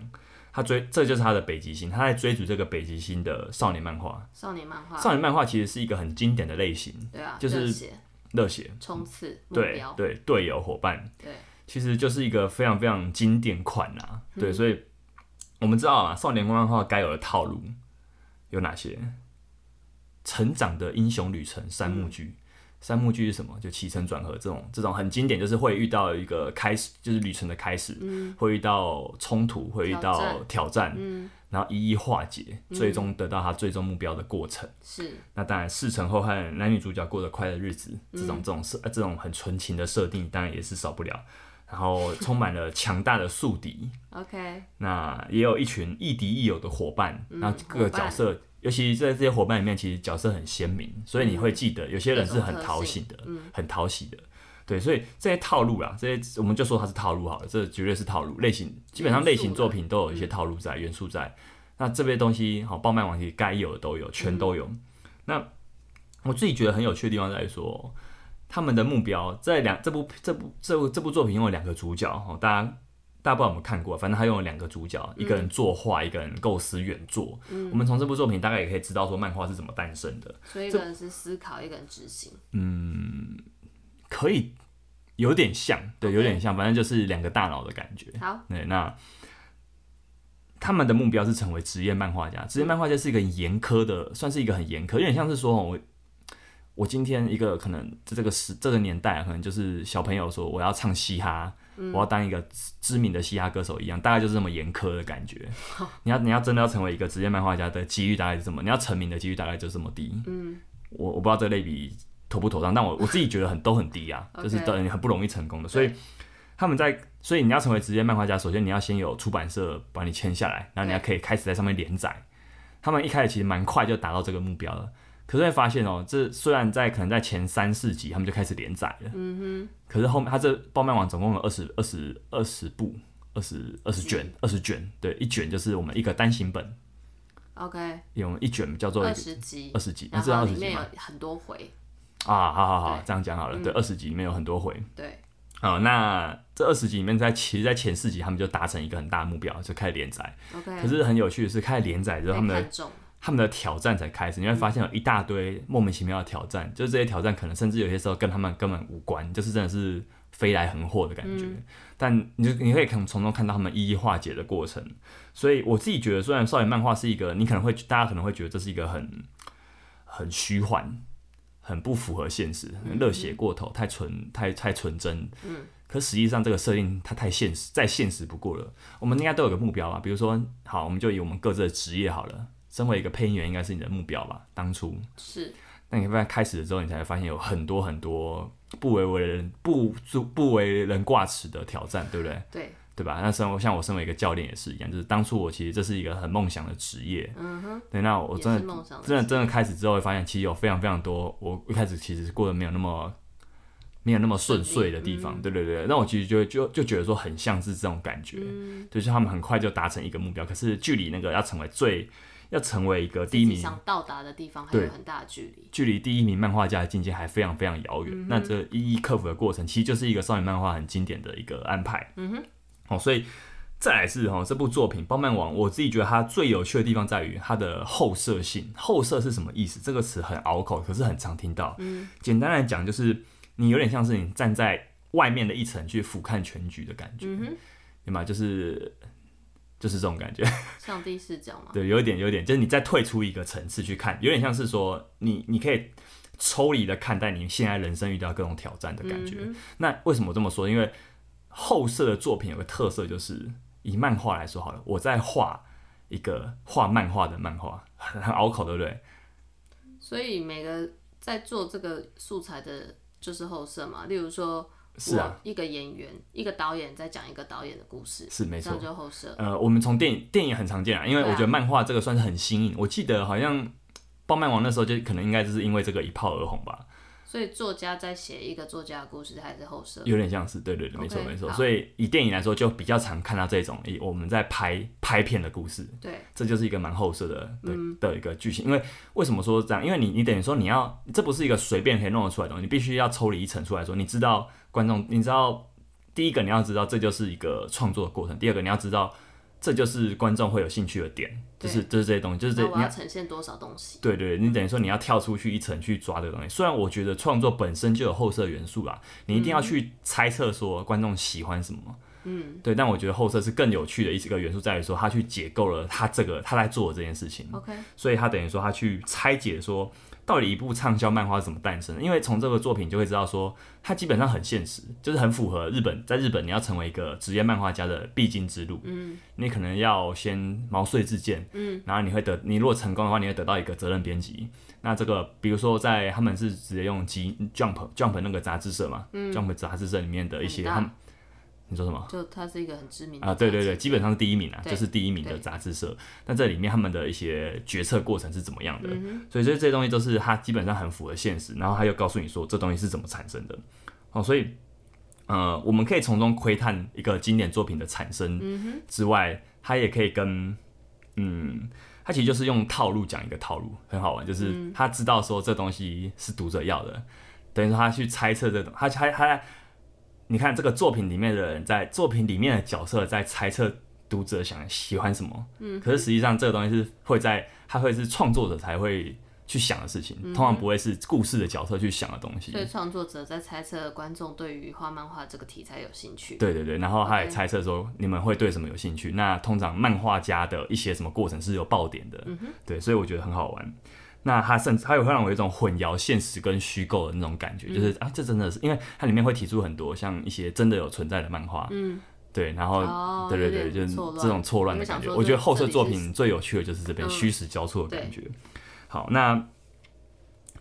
Speaker 1: 他追，这就是他的北极星，他在追逐这个北极星的少年漫画。
Speaker 2: 少年漫画，
Speaker 1: 少年漫画其实是一个很经典的类型，
Speaker 2: 对啊，
Speaker 1: 就是
Speaker 2: 热血
Speaker 1: 热血，
Speaker 2: 冲刺目
Speaker 1: 对
Speaker 2: 标，
Speaker 1: 对，队友伙伴，
Speaker 2: 对，
Speaker 1: 其实就是一个非常非常经典款啦、
Speaker 2: 嗯
Speaker 1: 对，所以我们知道啊，少年漫画该有的套路有哪些？成长的英雄旅程三幕
Speaker 2: 嗯
Speaker 1: 剧，三幕剧是什么？就起承转合这种这种很经典，就是会遇到一个开始，就是旅程的开始，会遇到冲突，会遇
Speaker 2: 嗯挑
Speaker 1: 到
Speaker 2: 战嗯
Speaker 1: 挑战，然后一一化解，最终得到他最终目标的过程。
Speaker 2: 是
Speaker 1: 那当然，事成后和男女主角过得快乐日子，这
Speaker 2: 嗯
Speaker 1: 种这种设、呃这种很纯情的设定，当然也是少不了。然后充满了强大的宿敌，
Speaker 2: OK，
Speaker 1: 那也有一群亦敌亦友的伙伴。那各个
Speaker 2: 嗯伙伴
Speaker 1: 角色，尤其在这些伙伴里面，其实角色很鲜明，所以你会记得有些人是很讨喜的，
Speaker 2: 嗯
Speaker 1: 很讨喜的。对，所以这些套路啦，这些我们就说它是套路好了，这绝对是套路类型，基本上类型作品都有一些套路在、元素在。那这边东西，好，暴漫王其实该有的都有，全都有。那我自己觉得很有趣的地方在于说，他们的目标在两这部这部这部这部作品用了两个主角，哦，大家。大家不知道有没有看过，反正他用了两个主角，一个人作画，一个人构思原作。我们从这部作品大概也可以知道说漫画是怎么诞生的。
Speaker 2: 所以一个人是思考，一个人执行，
Speaker 1: 可以有点像，对，有点像，反正就是两个大脑的感觉。
Speaker 2: 好，
Speaker 1: 对，那他们的目标是成为职业漫画家。职业漫画家是一个很严苛的，算是一个很严苛，有点像是说哦我我今天一个可能在这个时这个年代，可能就是小朋友说我要唱嘻哈，我要当一个知知名的嘻哈歌手一样，大概就是这么严苛的感觉。你要你要真的要成为一个职业漫画家的机遇大概是这么，你要成名的机遇大概就是这么低。嗯，我我不知道这类比妥不妥当，但我我自己觉得很都很低啊，就是
Speaker 2: OK
Speaker 1: 都很不容易成功的，所以。他们在，所以你要成为职业漫画家，首先你要先有出版社把你签下来，然后你要
Speaker 2: 对
Speaker 1: 可以开始在上面连载。他们一开始其实蛮快就达到这个目标了，可是会发现哦，这虽然在可能在前三四集他们就开始连载了，嗯哼，可是后面他这爆漫网总共有二十二十二十部，二十二十
Speaker 2: 嗯
Speaker 1: 卷，二十卷，对，一卷就是我们一个单行本，
Speaker 2: OK，
Speaker 1: 用一卷叫做一
Speaker 2: 二
Speaker 1: 个
Speaker 2: 十集
Speaker 1: 二，十集，那
Speaker 2: 然
Speaker 1: 知道
Speaker 2: 后
Speaker 1: 二
Speaker 2: 里
Speaker 1: 十集
Speaker 2: 面有
Speaker 1: 吗？
Speaker 2: 很多回，
Speaker 1: 啊，好好好
Speaker 2: 对，嗯
Speaker 1: 这样讲好了，对，二十集里面有很多回，
Speaker 2: 对，
Speaker 1: 好，那这二十集里面在，其实，在前四集他们就达成一个很大的目标，就开始连载。
Speaker 2: OK，
Speaker 1: 可是很有趣的是，开始连载之后，
Speaker 2: 被
Speaker 1: 他们的
Speaker 2: 看中了，
Speaker 1: 他们的挑战才开始，你会发现有一大堆莫名其妙的挑战，就是这些挑战可能甚至有些时候跟他们根本无关，就是真的是飞来横祸的感觉。但你就你可以从从中看到他们一一化解的过程。所以我自己觉得，虽然少年漫画是一个，你可能会大家可能会觉得这是一个很很虚幻、很不符合现实、很热血过头、太纯、太太纯真。嗯。可实际上，这个设定它太现实，再现实不过了。我们应该都有个目标啊吧？比如说，好，我们就以我们各自的职业好了。身为一个配音员，应该是你的目标吧？当初，
Speaker 2: 是
Speaker 1: 那你发现开始了之后，你才会发现有很多很多不为为人不不为人挂齿的挑战，对不对？
Speaker 2: 对，
Speaker 1: 对吧？那身为像我身为一个教练也是一样，就是当初我其实这是一个很梦想的职业，嗯哼，对，那我
Speaker 2: 也
Speaker 1: 真
Speaker 2: 是
Speaker 1: 的
Speaker 2: 梦想的
Speaker 1: 真的
Speaker 2: 事
Speaker 1: 真的开始之后，会发现其实有非常非常多，我一开始其实过得没有那么没有那么顺遂的地
Speaker 2: 嗯
Speaker 1: 方，对对对。那我其实就就就觉得说很像是这种感觉，
Speaker 2: 嗯
Speaker 1: 就是他们很快就达成一个目标，可是距离那个要成为最要成为一个第一
Speaker 2: 自己
Speaker 1: 名，
Speaker 2: 想到达的地方还有
Speaker 1: 对
Speaker 2: 很大的距离，
Speaker 1: 距离第一名漫画家的境界还非常非常遥远。那这一一克服的过程，其实就是一个少年漫画很经典的一个安排。嗯哼，哦，所以再来是哈、哦、这部作品《包漫网》，我自己觉得它最有趣的地方在于它的后设性。后设是什么意思？这个词很拗口，可是很常听到。嗯，简单来讲，就是你有点像是你站在外面的一层去俯瞰全局的感觉，
Speaker 2: 嗯哼，
Speaker 1: 对吗？就是就是这种感觉。
Speaker 2: 上帝视角嘛，
Speaker 1: 对，有一点，有一点，就是你再退出一个层次去看，有点像是说你你可以抽离的看待你现在人生遇到各种挑战的感觉。
Speaker 2: 嗯哼
Speaker 1: 那为什么这么说？因为后设的作品有个特色，就是以漫画来说好了，我在画一个画漫画的漫画，很很拗口，对不对？
Speaker 2: 所以每个在做这个素材的，就是后设嘛。例如说，
Speaker 1: 是啊，
Speaker 2: 一个演员，一个导演在讲一个导演的故事，
Speaker 1: 是没
Speaker 2: 这
Speaker 1: 错
Speaker 2: 样。就后设。
Speaker 1: 呃，我们从电影电影很常见啊，因为我
Speaker 2: 对啊
Speaker 1: 觉得漫画这个算是很新颖，我记得好像。爆漫王那时候就可能应该就是因为这个一炮而红吧，
Speaker 2: 所以作家在写一个作家的故事，还是后设。
Speaker 1: 有点像是，对对对，没错
Speaker 2: OK，
Speaker 1: 没错。
Speaker 2: 好
Speaker 1: 所以以电影来说，就比较常看到这种，以我们在拍拍片的故事，
Speaker 2: 对，
Speaker 1: 这就是一个蛮后设的的
Speaker 2: 嗯
Speaker 1: 的一个剧情。因为为什么说这样？因为你你等于说你要，这不是一个随便可以弄得出来的东西，你必须要抽离一层出来说，你知道观众，你知道第一个你要知道这就是一个创作的过程，第二个你要知道这就是观众会有兴趣的点，就
Speaker 2: 对
Speaker 1: 是就是这些东西，就是这
Speaker 2: 那
Speaker 1: 你
Speaker 2: 我
Speaker 1: 要
Speaker 2: 要呈现多少东西？
Speaker 1: 对对，对你等于说你要跳出去一层去抓这个东西。虽然我觉得创作本身就有后设元素啦，你一定要去猜测说观众喜欢什么。嗯，对，但我觉得后设是更有趣的一个元素，在于说他去解构了他这个他在做的这件事情，
Speaker 2: OK，
Speaker 1: 所以他等于说他去拆解说到底一部畅销漫画是怎么诞生的。因为从这个作品就会知道说，它基本上很现实，就是很符合日本在日本你要成为一个职业漫画家的必经之路。嗯，你可能要先毛遂自荐，嗯，然后你会得，你如果成功的话，你会得到一个责任编辑。那这个，比如说在他们是直接用集 Jump Jump 那个杂志社嘛、j u m p 杂志社里面的一些
Speaker 2: 很大
Speaker 1: 他们，你说什么？
Speaker 2: 就它是一个很知名的
Speaker 1: 啊，对
Speaker 2: 杂
Speaker 1: 对
Speaker 2: 志
Speaker 1: 对，基本上是第一名啊，
Speaker 2: 对
Speaker 1: 就是第一名的
Speaker 2: 对
Speaker 1: 杂志社。那这里面他们的一些决策过程是怎么样的？
Speaker 2: 嗯
Speaker 1: 所以这这些东西都是它基本上很符合现实，然后他又告诉你说这东西是怎么产生的。哦，所以呃，我们可以从中窥探一个经典作品的产
Speaker 2: 嗯
Speaker 1: 生之外，它也可以跟嗯。它其实就是用套路讲一个套路，很好玩。就是他知道说这东西是读者要的，等于说他去猜测这种，他他他你看这个作品里面的人在作品里面的角色在猜测读者想喜欢什么，嗯，可是实际上这个东西是会在，它会是创作者才会去想的事情，通常不会是故事的角色去想的东西
Speaker 2: 所。以创作者在猜测观众对于画漫画这个题材有兴趣。
Speaker 1: 对对对，然后他也猜测说你们会对什么有兴趣。那通常漫画家的一些什么过程是有爆点的，
Speaker 2: 嗯
Speaker 1: 对，所以我觉得很好玩。那他甚至他也会让我有一种混淆现实跟虚构的那种感觉，就是
Speaker 2: 嗯
Speaker 1: 啊，这真的是因为它里面会提出很多像一些真的有存在的漫画，嗯，对，然后、
Speaker 2: 哦
Speaker 1: 对对对，
Speaker 2: 有
Speaker 1: 就
Speaker 2: 点
Speaker 1: 是
Speaker 2: 错乱
Speaker 1: 这种错乱的
Speaker 2: 我想
Speaker 1: 感觉。
Speaker 2: 说
Speaker 1: 我觉得
Speaker 2: 这
Speaker 1: 后设
Speaker 2: 这里
Speaker 1: 作
Speaker 2: 是
Speaker 1: 品最有趣的就是这边
Speaker 2: 嗯
Speaker 1: 虚实交错的感
Speaker 2: 对
Speaker 1: 觉。好，那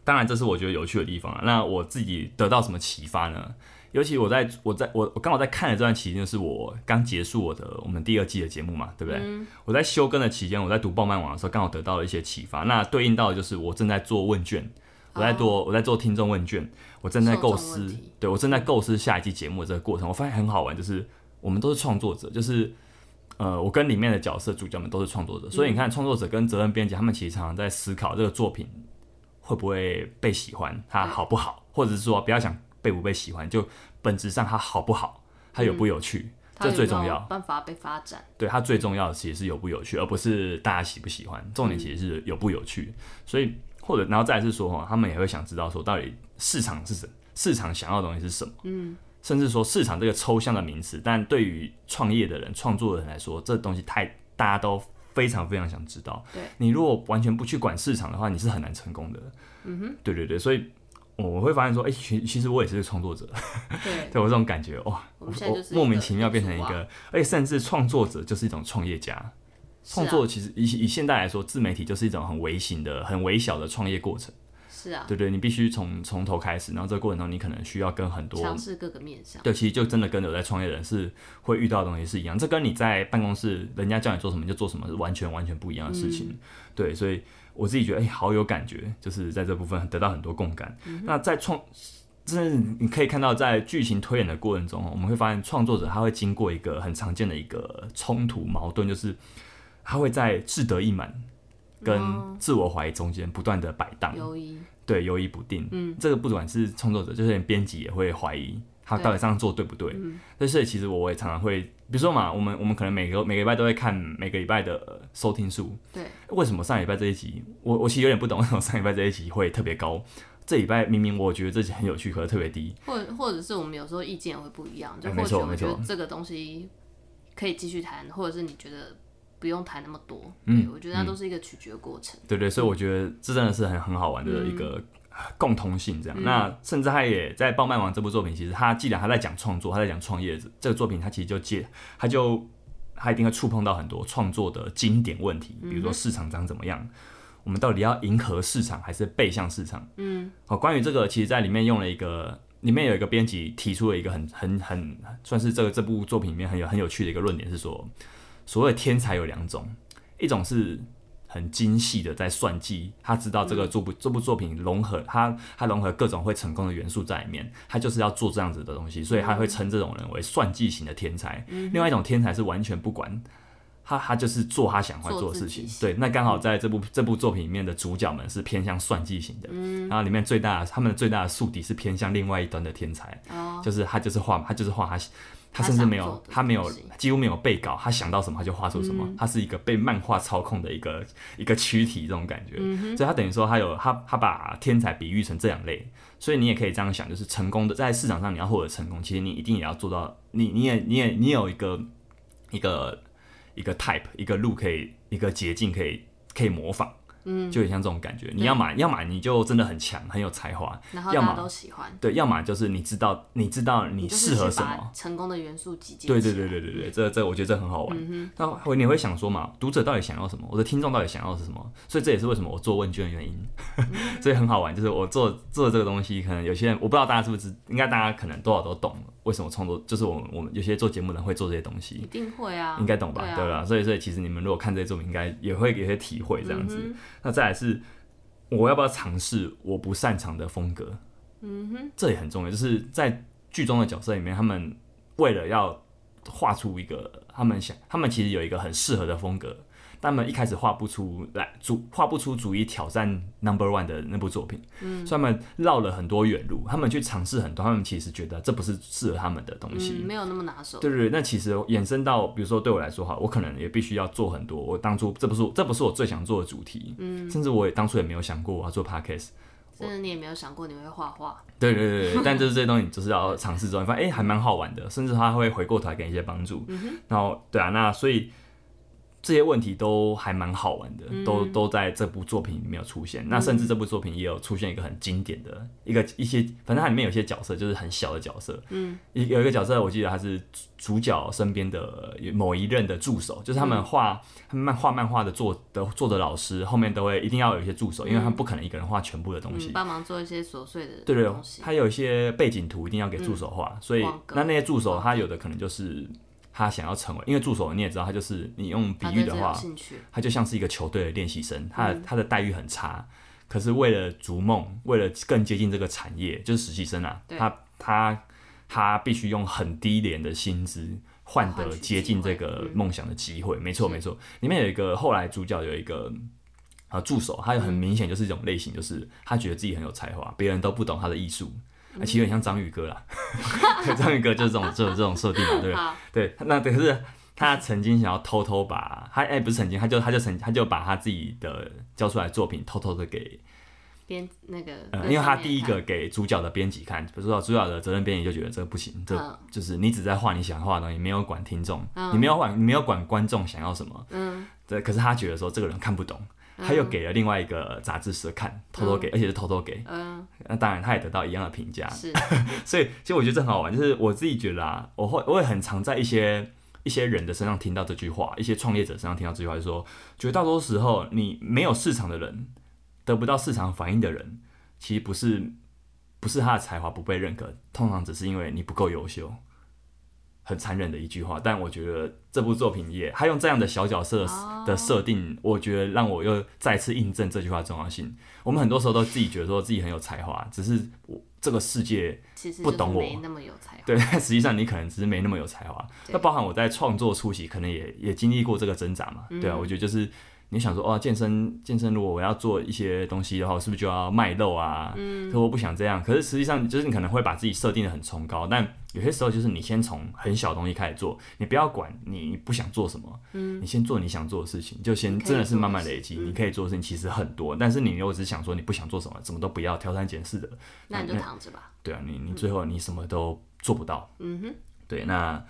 Speaker 1: 当然这是我觉得有趣的地方了。那我自己得到什么启发呢？尤其我在我在我我刚好在看的这段期间，就是我刚结束我的我们第二季的节目嘛，对不对？我在休更的期间，我在读报漫网的时候，刚好得到了一些启发。那对应到的就是我正在做问卷，我在做、我在做听众问卷，我正在构
Speaker 2: 哦受众问
Speaker 1: 思
Speaker 2: 题，
Speaker 1: 对我正在构思下一季节目的这个过程。我发现很好玩，就是我们都是创作者，就是呃，我跟里面的角色主角们都是创作者，
Speaker 2: 嗯
Speaker 1: 所以你看，创作者跟责任编辑他们其实常常在思考这个作品会不会被喜欢，它好不好，或者是说不要想被不被喜欢，就本质上它好不好，它
Speaker 2: 嗯
Speaker 1: 有不有趣，这
Speaker 2: 它有没
Speaker 1: 最
Speaker 2: 有
Speaker 1: 重要。
Speaker 2: 办法被发展，
Speaker 1: 对它最重要的其实是有不有趣，而不是大家喜不喜欢。重点其实是有不有趣，所以或者然后再来是说哈，他们也会想知道说到底市场是什市场想要的东西是什么，嗯，甚至说市场这个抽象的名词，但对于创业的人、创作的人来说，这东西太大家都非常非常想知道。
Speaker 2: 对
Speaker 1: 你如果完全不去管市场的话，你是很难成功的。嗯哼，对对对，所以我我会发现说，哎、其其实我也是个创作者，
Speaker 2: 对，
Speaker 1: 对我这种感觉哦哇，
Speaker 2: 我
Speaker 1: 我
Speaker 2: 们现在就是一个啊
Speaker 1: 莫名其妙变成一
Speaker 2: 主
Speaker 1: 个，而且甚至创作者就是一种创业家。
Speaker 2: 是
Speaker 1: 创
Speaker 2: 啊
Speaker 1: 作其实以以现代来说，自媒体就是一种很微型的、很微小的创业过程，
Speaker 2: 是啊，
Speaker 1: 对不对？你必须从从头开始，然后这个过程中你可能需要跟很多
Speaker 2: 尝试各个面向，
Speaker 1: 对，其实就真的跟有在创业的人是会遇到的东西是一样，这跟你在办公室人家叫你做什么你就做什么是完全完全不一样的事情。对，所以我自己觉得哎、好有感觉，就是在这部分得到很多共感。那在创，真的你可以看到在剧情推演的过程中，我们会发现创作者他会经过一个很常见的一个冲突矛盾，就是他会在志得意满跟自我怀疑中间不断的摆荡。
Speaker 2: 优一
Speaker 1: 对，啊犹疑不定。嗯，这个不管是创作者，就是连编辑也会怀疑他到底这样做对不对。但是其实我也常常会，比如说嘛，我们我们可能每个每个礼拜都会看每个礼拜的呃收听数，
Speaker 2: 对，
Speaker 1: 为什么上礼拜这一集，我我其实有点不懂，为什么上礼拜这一集会特别高，这礼拜明明我觉得这集很有趣，可是特别低。
Speaker 2: 或者或者是我们有时候意见也会不一样，就
Speaker 1: 哎
Speaker 2: 或
Speaker 1: 没
Speaker 2: 许
Speaker 1: 错
Speaker 2: 我们觉得
Speaker 1: 没错
Speaker 2: 这个东西可以继续谈，或者是你觉得不用谈那么多，
Speaker 1: 嗯
Speaker 2: 对我觉得那都是一个取决过程，
Speaker 1: 对对，所以我觉得这真的是很很好玩的一个共同性，这样。那甚至他也在《爆漫王》这部作品，其实他既然他在讲创作，他在讲创业这个作品，他其实就接，他就他一定会触碰到很多创作的经典问题，比如说市场长怎么样。我们到底要迎合市场还是背向市场？嗯，好，关于这个，其实在里面用了一个，里面有一个编辑提出了一个很很很算是这个这部作品里面很有很有趣的一个论点，是说，所谓的天才有两种，一种是很精细的在算计，他知道这
Speaker 2: 嗯
Speaker 1: 个这部这部作品融合他他融合各种会成功的元素在里面，他就是要做这样子的东西，所以他
Speaker 2: 嗯
Speaker 1: 会称这种人为算计型的天才。另外一种天才是完全不管。他他就是做他想会
Speaker 2: 做
Speaker 1: 做的
Speaker 2: 自
Speaker 1: 事
Speaker 2: 己嗯
Speaker 1: 情，
Speaker 2: 喜
Speaker 1: 对，那刚好在这部这部作品里面的主角们是偏向算计型的，
Speaker 2: 嗯
Speaker 1: 然后里面最大的他们的最大的宿敌是偏向另外一端的天才，
Speaker 2: 哦，
Speaker 1: 就是他就是画，他就是画他，他
Speaker 2: 他
Speaker 1: 甚至
Speaker 2: 想
Speaker 1: 没
Speaker 2: 做
Speaker 1: 有
Speaker 2: 的，
Speaker 1: 他没有
Speaker 2: 东西嗯
Speaker 1: 几乎没有被稿，他想到什么他就画出什么，他是一个被漫画操控的一个一个躯体这种感觉，
Speaker 2: 嗯
Speaker 1: 所以他等于说他有他他把天才比喻成这两类，所以你也可以这样想，就是成功的在市场上你要获得成功，其实你一定也要做到，你你也你也你有一个一个一个 type 一个路可以一个捷径可以可以模仿。嗯，就很像这种感觉。你要嘛，要嘛你就真的很强，很有才华，
Speaker 2: 然后
Speaker 1: 要
Speaker 2: 大家
Speaker 1: 么
Speaker 2: 都喜欢，
Speaker 1: 对，要么就是你知道，你知道你
Speaker 2: 就是
Speaker 1: 适合
Speaker 2: 去
Speaker 1: 什
Speaker 2: 把
Speaker 1: 么。
Speaker 2: 成功的元素集结，
Speaker 1: 对对对，对对对，这这我觉得这很好玩。
Speaker 2: 嗯
Speaker 1: 那会你会想说嘛，读者到底想要什么？我的听众到底想要的是什么？所以这也是为什么我做问卷的原因。 所以很好玩，就是我做做这个东西，可能有些人我不知道大家是不是知，应该大家可能多少都懂为什么创作，就是我们我们有些做节目的人会做这些东西。
Speaker 2: 一定会啊，
Speaker 1: 应该懂吧？
Speaker 2: 对啊
Speaker 1: 对吧？所以所以其实你们如果看这些作品，应该也会有些体会这样子。那再来是，我要不要尝试我不擅长的风格？嗯哼，这也很重要。就是在剧中的角色里面，他们为了要画出一个他们想，他们其实有一个很适合的风格，但他们一开始画不出来，主画不出足以挑战 Number One 的那部作品，嗯，所以他们绕了很多远路，他们去尝试很多，他们其实觉得这不是适合他们的东西，
Speaker 2: 嗯，没有那么拿手。
Speaker 1: 对对对，那其实衍生到，比如说对我来说哈，我可能也必须要做很多。我当初这不是这不是我最想做的主题，嗯，甚至我也当初也没有想过我要做 podcast。
Speaker 2: 甚至你也没有想过你会画画，
Speaker 1: 对对对对，但就是这些东西，你就是要尝试之后，你发现哎、诶还蛮好玩的，甚至它会回过头来给你一些帮助。然后对啊，那所以这些问题都还蛮好玩的，都都在这部作品里面有出现。那甚至这部作品也有出现一个很经典的一个一些，反正它里面有些角色就是很小的角色，嗯，一有一个角色我记得他是主主角身边的某一任的助手，就是他们画他们漫画漫画的作的作者老师后面都会一定要有一些助手，因为他们不可能一个人画全部的东西
Speaker 2: 嗯，。帮忙做一些琐碎的
Speaker 1: 对对
Speaker 2: 东西，嗯
Speaker 1: 他有一些背景图一定要给助手画，所以
Speaker 2: 网格
Speaker 1: 那那些助手他有的可能就是他想要成为，因为助手你也知道，他就是你用比
Speaker 2: 他
Speaker 1: 喻
Speaker 2: 啊对这
Speaker 1: 的
Speaker 2: 有
Speaker 1: 话，
Speaker 2: 兴趣，
Speaker 1: 他就像是一个球队的练习生，他
Speaker 2: 嗯
Speaker 1: 的、他的待遇很差，可是为了逐梦，为了更接近这个产业，就是实习生啊，
Speaker 2: 对
Speaker 1: 他他他必须用很低廉的薪资换
Speaker 2: 换
Speaker 1: 得
Speaker 2: 取
Speaker 1: 接
Speaker 2: 机
Speaker 1: 近
Speaker 2: 会嗯
Speaker 1: 这个梦想的机会。没错没错，里面有一个后来主角有一个。啊，助手，他有
Speaker 2: 嗯
Speaker 1: 很明显就是一种类型，就是他觉得自己很有才华，别人都不懂他的艺术，啊，
Speaker 2: 嗯
Speaker 1: 其实有点像章鱼哥 啦， 对，章鱼哥就是这种这种这种设定嘛，对不对？
Speaker 2: 好，
Speaker 1: 对， 那可是他曾经想要偷偷把他哎、不是曾经，他就他就曾他就把他自己的交出来的作品偷偷的给
Speaker 2: 编那个，
Speaker 1: 呃，
Speaker 2: 跟
Speaker 1: 因为他
Speaker 2: 上面
Speaker 1: 第一
Speaker 2: 看
Speaker 1: 个给主角的编辑看，比如说主角的责任编辑就觉得这个不行，这
Speaker 2: 嗯
Speaker 1: 就是你只在画你想画的东西，没有管听众，你没有管你没有管观众想要什么。
Speaker 2: 嗯，
Speaker 1: 对，可是他觉得说这个人看不懂，他又给了另外一个杂志社看，偷偷给，而且是偷偷给。
Speaker 2: 嗯，
Speaker 1: 那当然他也得到一样的评价，
Speaker 2: 是，
Speaker 1: 所以其实我觉得这很好玩，就是我自己觉得啊，我会我也很常在一些一些人的身上听到这句话，一些创业者身上听到这句话，就是说绝大多数时候你没有市场的人，得不到市场反应的人，其实不是不是他的才华不被认可，通常只是因为你不够优秀。很残忍的一句话，但我觉得这部作品也，他用这样的小角色的设定，我觉得让我又再次印证这句话的重要性。我们很多时候都自己觉得说自己很有才华，只是我这个世界
Speaker 2: 其实
Speaker 1: 不
Speaker 2: 就是
Speaker 1: 懂我
Speaker 2: 没那么有才华，
Speaker 1: 对，但实际上你可能只是没那么有才华。
Speaker 2: 对
Speaker 1: 那包含我在创作初期，可能也也经历过这个挣扎嘛。
Speaker 2: 嗯
Speaker 1: 对啊，我觉得就是你想说，哦，健身健身，如果我要做一些东西的话，我是不是就要卖肉啊？嗯，可我不想这样。可是实际上就是你可能会把自己设定的很崇高，但有些时候就是你先从很小的东西开始做，你不要管你不想做什么，嗯，你先做你想做的事情，就先
Speaker 2: 你可以
Speaker 1: 真的是
Speaker 2: 做
Speaker 1: 慢
Speaker 2: 的嗯
Speaker 1: 慢累积。你可以做的事情其实很多，但是你如果只想说你不想做什么，什么都不要，挑三拣四的，
Speaker 2: 那你就躺着吧，
Speaker 1: 对啊，你你最后你什么都做不到。
Speaker 2: 嗯哼，
Speaker 1: 对，那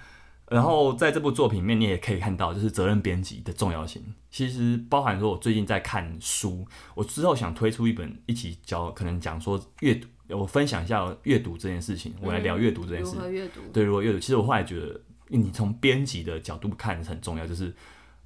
Speaker 1: 然后在这部作品里面，你也可以看到就是责任编辑的重要性。其实包含说，我最近在看书，我之后想推出一本一起教，可能讲说阅读，我分享一下阅读这件事情，我来
Speaker 2: 嗯
Speaker 1: 聊阅读这件
Speaker 2: 如
Speaker 1: 事。
Speaker 2: 何阅读？
Speaker 1: 对，如果阅读，其实我后来觉得，你从编辑的角度看很重要，就是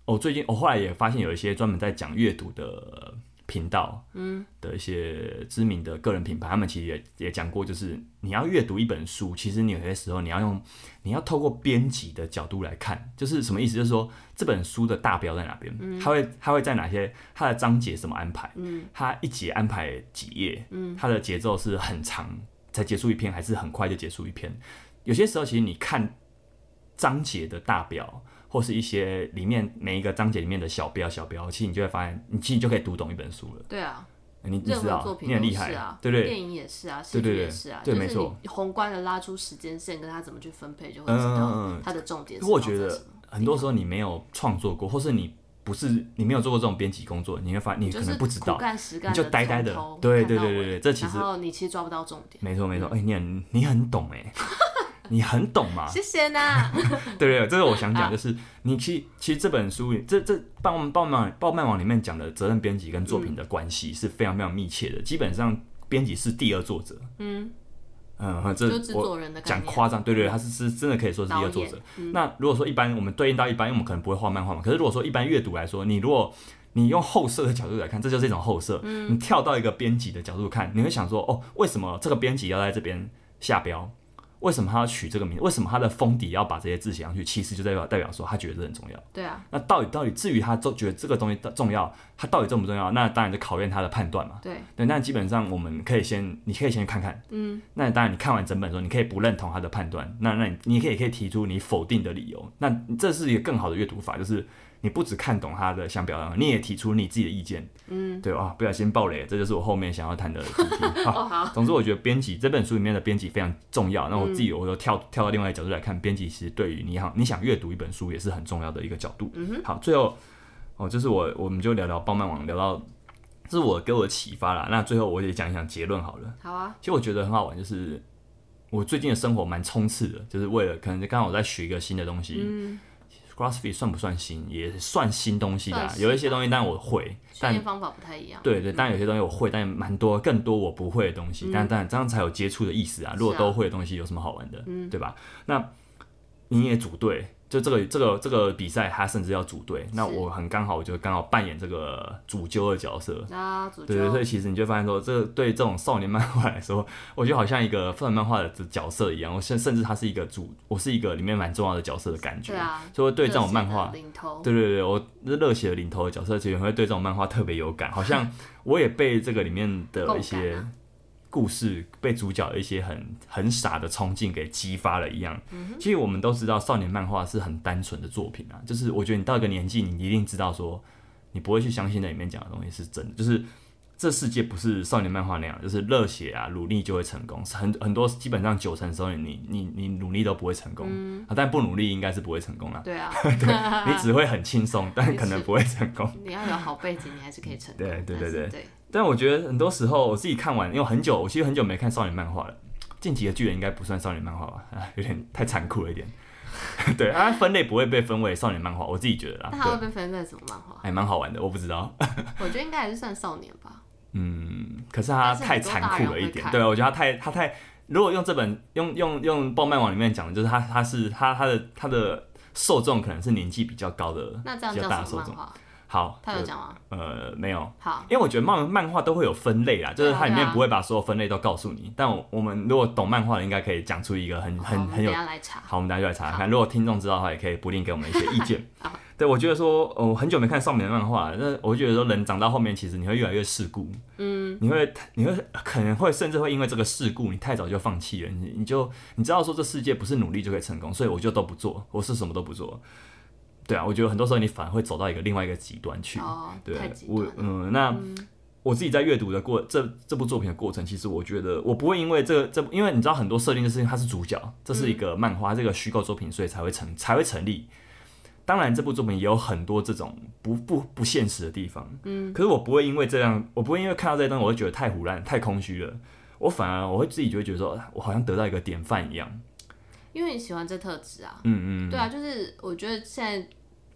Speaker 1: 我、最近我后来也发现有一些专门在讲阅读的频道，嗯，的一些知名的个人品牌，他们其实也也讲过，就是你要阅读一本书，其实你有些时候你要用你要透过编辑的角度来看，就是什么意思？就是说这本书的大标在哪边，它会它会在哪些它的章节怎么安排，嗯，它一节安排几页，嗯，它的节奏是很长才结束一篇，还是很快就结束一篇？有些时候其实你看章节的大表，或是一些里面每一个章节里面的小标小标，其实你就会发现，你其实你就可以读懂一本书了。
Speaker 2: 对啊，
Speaker 1: 你你
Speaker 2: 任
Speaker 1: 知
Speaker 2: 何
Speaker 1: 道
Speaker 2: 作，品
Speaker 1: 你很
Speaker 2: 都
Speaker 1: 厉
Speaker 2: 是
Speaker 1: 害，
Speaker 2: 啊，
Speaker 1: 对不对？
Speaker 2: 电影也是啊，
Speaker 1: 对
Speaker 2: 戏
Speaker 1: 对
Speaker 2: 剧
Speaker 1: 对
Speaker 2: 也是啊，
Speaker 1: 对
Speaker 2: 就是
Speaker 1: 没错
Speaker 2: 你宏观的拉出时间线，跟他怎么去分配，就会
Speaker 1: 嗯
Speaker 2: 知
Speaker 1: 嗯
Speaker 2: 道
Speaker 1: 嗯
Speaker 2: 它的重点是
Speaker 1: 我
Speaker 2: 放在
Speaker 1: 觉
Speaker 2: 什么。
Speaker 1: 得很多时候你没有创作过，或是你不是你没有做过这种编辑工作，你会发你
Speaker 2: 就
Speaker 1: 可
Speaker 2: 是
Speaker 1: 能不知
Speaker 2: 苦
Speaker 1: 道。
Speaker 2: 干实干
Speaker 1: 你就
Speaker 2: 地
Speaker 1: 呆呆
Speaker 2: 从
Speaker 1: 的
Speaker 2: 头
Speaker 1: 对
Speaker 2: 看
Speaker 1: 对
Speaker 2: 到
Speaker 1: 对对
Speaker 2: 尾
Speaker 1: 对这其实
Speaker 2: 然后你其实抓不到重点。
Speaker 1: 没错没错，哎、你很你很懂 哎、你很懂嘛？
Speaker 2: 谢谢呐，
Speaker 1: 对对，对这是我想讲，就是你其实其实这本书，这这报报漫报漫网里面讲的责任编辑跟作品的关系是非常非常密切的，基本上编辑是第二作者，嗯嗯， 这
Speaker 2: 就制
Speaker 1: 我
Speaker 2: 作人的概
Speaker 1: 讲
Speaker 2: 念。嗯
Speaker 1: 夸张，对对，他是是真的可以说是第二作者。那如果说一般我们对应到一般，因为我们可能不会画漫画嘛，可是如果说一般阅读来说，你如果你用后设的角度来看，这就是一种后设。
Speaker 2: 嗯
Speaker 1: 你跳到一个编辑的角度看，你会想说，哦，为什么这个编辑要在这边下标？为什么他要取这个名字？为什么他的封底要把这些字写上去？其实就代表代表说他觉得这很重要。
Speaker 2: 对啊，
Speaker 1: 那到底到底至于他就觉得这个东西重要，他到底重不重要？那当然就考验他的判断嘛。
Speaker 2: 对，
Speaker 1: 对，那基本上我们可以先，你可以先去看看，嗯，那当然你看完整本之后，你可以不认同他的判断，那那你你可以可以提出你否定的理由，那这是一个更好的阅读法，就是你不只看懂他的想表达，你也提出你自己的意见。嗯，对啊，不小心爆雷了，这就是我后面想要谈的主 题。哦好，嗯总之我觉得编辑这本书里面的编辑非常重要。那我自己我又跳、跳到另外一个角度来看，编辑其实对于你好你想阅读一本书也是很重要的一个角度。嗯、好，最后哦，就是我我们就聊聊棒漫网，聊到这是我给我的启发啦。那最后我也讲一讲结论好了。
Speaker 2: 好啊，
Speaker 1: 其实我觉得很好玩，就是我最近的生活蛮冲刺的，就是为了可能刚好我在学一个新的东西。CrossFit
Speaker 2: 嗯
Speaker 1: 算不算新？也算新东西啦
Speaker 2: 算。是
Speaker 1: 有一些东西，但我会，
Speaker 2: 训
Speaker 1: 但
Speaker 2: 练方法不太一样。
Speaker 1: 对对，但有些东西我会，但蛮多更多我不会的东西。但但这样才有接触的意思啊。如果
Speaker 2: 嗯是啊嗯
Speaker 1: 都会的东西，有什么好玩的？对吧？那你也组队，就这个这个这个比赛，他甚至要组队。那
Speaker 2: 是
Speaker 1: 我很刚好，我就刚好扮演这个主揪的角色。
Speaker 2: 啊，主
Speaker 1: 对对，所以
Speaker 2: 角
Speaker 1: 其实你就发现说，这个对这种少年漫画来说，我觉得好像一个少年漫画的角色一样，我甚甚至他是一个主，我是一个里面蛮重要的角色的感觉。
Speaker 2: 对啊，
Speaker 1: 所以对这种漫
Speaker 2: 热
Speaker 1: 画
Speaker 2: 血的，领头，
Speaker 1: 对对对，我是热血领头的角色，其实会对这种漫画特别有感，好 像我也被这个里面的一
Speaker 2: 共
Speaker 1: 些
Speaker 2: 感啊
Speaker 1: 故事，被主角的一些很很傻的冲劲给激发了一样。
Speaker 2: 嗯
Speaker 1: 其实我们都知道，少年漫画是很单纯的作品啊，就是我觉得你到一个年纪，你一定知道说，你不会去相信那里面讲的东西是真的，就是。这世界不是少年漫画那样，就是热血啊，努力就会成功。很很多基本上九成的时候你，你你你努力都不会成功、
Speaker 2: 嗯
Speaker 1: 啊，但不努力应该是不会成功啦。
Speaker 2: 对啊，
Speaker 1: 你只会很轻松，但
Speaker 2: 也
Speaker 1: 可能
Speaker 2: 是
Speaker 1: 不会成功。
Speaker 2: 你要有好背景，你还是可以成功。
Speaker 1: 对对对
Speaker 2: 但是
Speaker 1: 对
Speaker 2: 对，
Speaker 1: 但我觉得很多时候我自己看完，因为我很久，我其实很久没看少年漫画了。《进击的巨人》应该不算少年漫画吧？ 啊，有点太残酷了一点。 对，它分类不会被分为少年漫画，我自己觉得啦。
Speaker 2: 那他会
Speaker 1: 啊对，
Speaker 2: 被分在什么漫画？
Speaker 1: 还蛮好玩的，我不知道。
Speaker 2: 我觉得应该还是算少年吧。
Speaker 1: 嗯，可是它
Speaker 2: 但是
Speaker 1: 太
Speaker 2: 很多
Speaker 1: 残
Speaker 2: 大人
Speaker 1: 酷了
Speaker 2: 会
Speaker 1: 一点。
Speaker 2: 看
Speaker 1: 对，我觉得它太它太，如果用这本用用用《暴漫网》里面讲的，就是它它是它它的它的受众可能是年纪比较高的，
Speaker 2: 那这样
Speaker 1: 比较
Speaker 2: 叫
Speaker 1: 大的
Speaker 2: 什
Speaker 1: 受
Speaker 2: 么
Speaker 1: 众
Speaker 2: 漫。画？
Speaker 1: 好，
Speaker 2: 他有讲吗？
Speaker 1: 呃，没有，
Speaker 2: 好，
Speaker 1: 因为我觉得漫漫画都会有分类啦，就是它里
Speaker 2: 对
Speaker 1: 面
Speaker 2: 啊
Speaker 1: 不会把所有分类都告诉你。但我我们如果懂漫画的，应该可以讲出一个很
Speaker 2: 好
Speaker 1: 很
Speaker 2: 我们
Speaker 1: 很有
Speaker 2: 等一。下来查。
Speaker 1: 好，我们大家就来查看。如果听众知道的话，也可以不定给我们一些意见
Speaker 2: 好。
Speaker 1: 对，我觉得说，呃我、很久没看少年漫画了，那我觉得说，人长到后面，其实你会越来越世故。嗯，你会，你会可能会甚至会因为这个事故，你太早就放弃了，你你就你知道说这世界不是努力就可以成功，所以我就都不做，我是什么都不做。对啊，我觉得很多时候你反而会走到一个另外一个极端去。
Speaker 2: 哦，
Speaker 1: 对
Speaker 2: 太极端
Speaker 1: 我
Speaker 2: 了。
Speaker 1: 嗯，那我自己在阅读的过这这部作品的过程，其实我觉得我不会因为这个这部，因为你知道很多设定的事情，它是主角，这是一个漫画，这个虚构作品，所以才会成才会成立。当然，这部作品也有很多这种不不不现实的地方，嗯，可是我不会因为这样，我不会因为看到这些东西，我会觉得太胡乱、太空虚了。我反而我会自己就会觉得说，啊我好像得到一个典范一样，
Speaker 2: 因为你喜欢这特质啊。
Speaker 1: 嗯嗯，
Speaker 2: 对啊，就是我觉得现在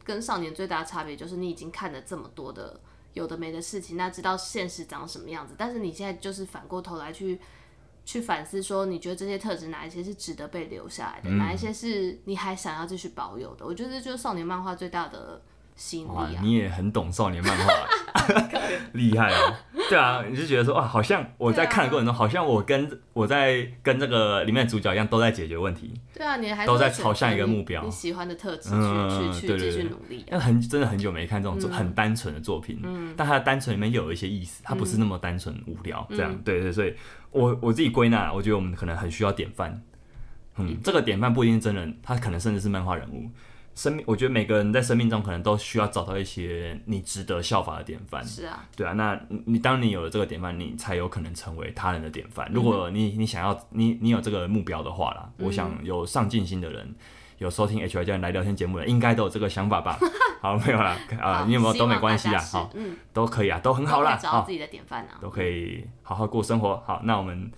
Speaker 2: 跟少年最大的差别就是你已经看了这么多的有的没的事情，那知道现实长什么样子，但是你现在就是反过头来去去反思，说你觉得这些特质哪一些是值得被留下
Speaker 1: 嗯
Speaker 2: 来的，哪一些是你还想要继续保有的。我觉得这就是少年漫画最大的吸引
Speaker 1: 哇，
Speaker 2: 力啊。
Speaker 1: 你也很懂少年漫 画啊，厉害哦！对啊，你就觉得说，哇，好像我在看的过程中，好像我跟我在跟这个里面的主角一样，都在解决问题。
Speaker 2: 对啊，你还是
Speaker 1: 都在
Speaker 2: 会选
Speaker 1: 朝向一个
Speaker 2: 择你
Speaker 1: 目标
Speaker 2: 你喜欢的特质去、
Speaker 1: 嗯
Speaker 2: 去
Speaker 1: 对对
Speaker 2: 去继续
Speaker 1: 对
Speaker 2: 努力啊。
Speaker 1: 因为很真的很久没看这
Speaker 2: 嗯
Speaker 1: 种作很单纯的作品，但它的单纯里面又有一些意思，它不
Speaker 2: 嗯
Speaker 1: 是那么单纯无聊这样。对对，所以我我自己归纳，我觉得我们可能很需要典范。嗯，这个典范不一定是真人，他可能甚至是漫画人物。生命，我觉得每个人在生命中可能都需要找到一些你值得效法的典范。
Speaker 2: 是啊，
Speaker 1: 对啊，那你你当你有了这个典范，你才有可能成为他人的典范。如
Speaker 2: 嗯
Speaker 1: 果你你想要你你有这个目标的话啦，我想有上进心的人，有收听 HR 教练来聊天节目的人，应该都有这个想法 吧？好，没有啦，啊、
Speaker 2: 好
Speaker 1: 你有没有
Speaker 2: 希
Speaker 1: 都没
Speaker 2: 望
Speaker 1: 关
Speaker 2: 大
Speaker 1: 系
Speaker 2: 家
Speaker 1: 啊，
Speaker 2: 是
Speaker 1: 好，
Speaker 2: 嗯，
Speaker 1: 都可以啊，都很好
Speaker 2: 都可以
Speaker 1: 啦，
Speaker 2: 找到
Speaker 1: 好
Speaker 2: 自，己的典范啊。
Speaker 1: 都可以好好过生活。好，那我们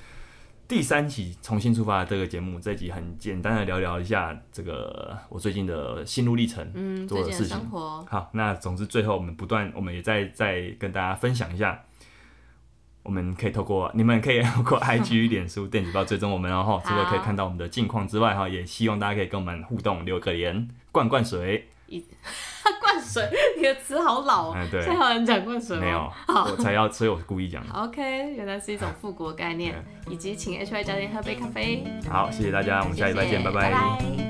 Speaker 1: 第三期重新出发的这个节目，这集很简单的聊聊一下这个我最近的心路历程，
Speaker 2: 嗯，
Speaker 1: 做
Speaker 2: 最
Speaker 1: 的
Speaker 2: 近
Speaker 1: 事
Speaker 2: 的
Speaker 1: 情
Speaker 2: 生活
Speaker 1: 好，那总之最后我们不断，我们也在在跟大家分享一下，我们可以透过你们可以 透过 IG、脸书、电子报追踪我们哦，然 后除了可以看到我们的近况之外，哈，也希望大家可以跟我们互动，留个言，灌灌水，
Speaker 2: 灌水，你的词好老哦。
Speaker 1: 嗯，
Speaker 2: 现在
Speaker 1: 对，哦
Speaker 2: 还有人讲灌水吗？哦
Speaker 1: 没有，我才要，所以我故意讲的。
Speaker 2: OK，原来是一种 复古的概念，以及请 HY 教练喝杯咖啡。
Speaker 1: 好，谢谢大家，我们下礼拜见，
Speaker 2: 谢谢
Speaker 1: 拜
Speaker 2: 拜拜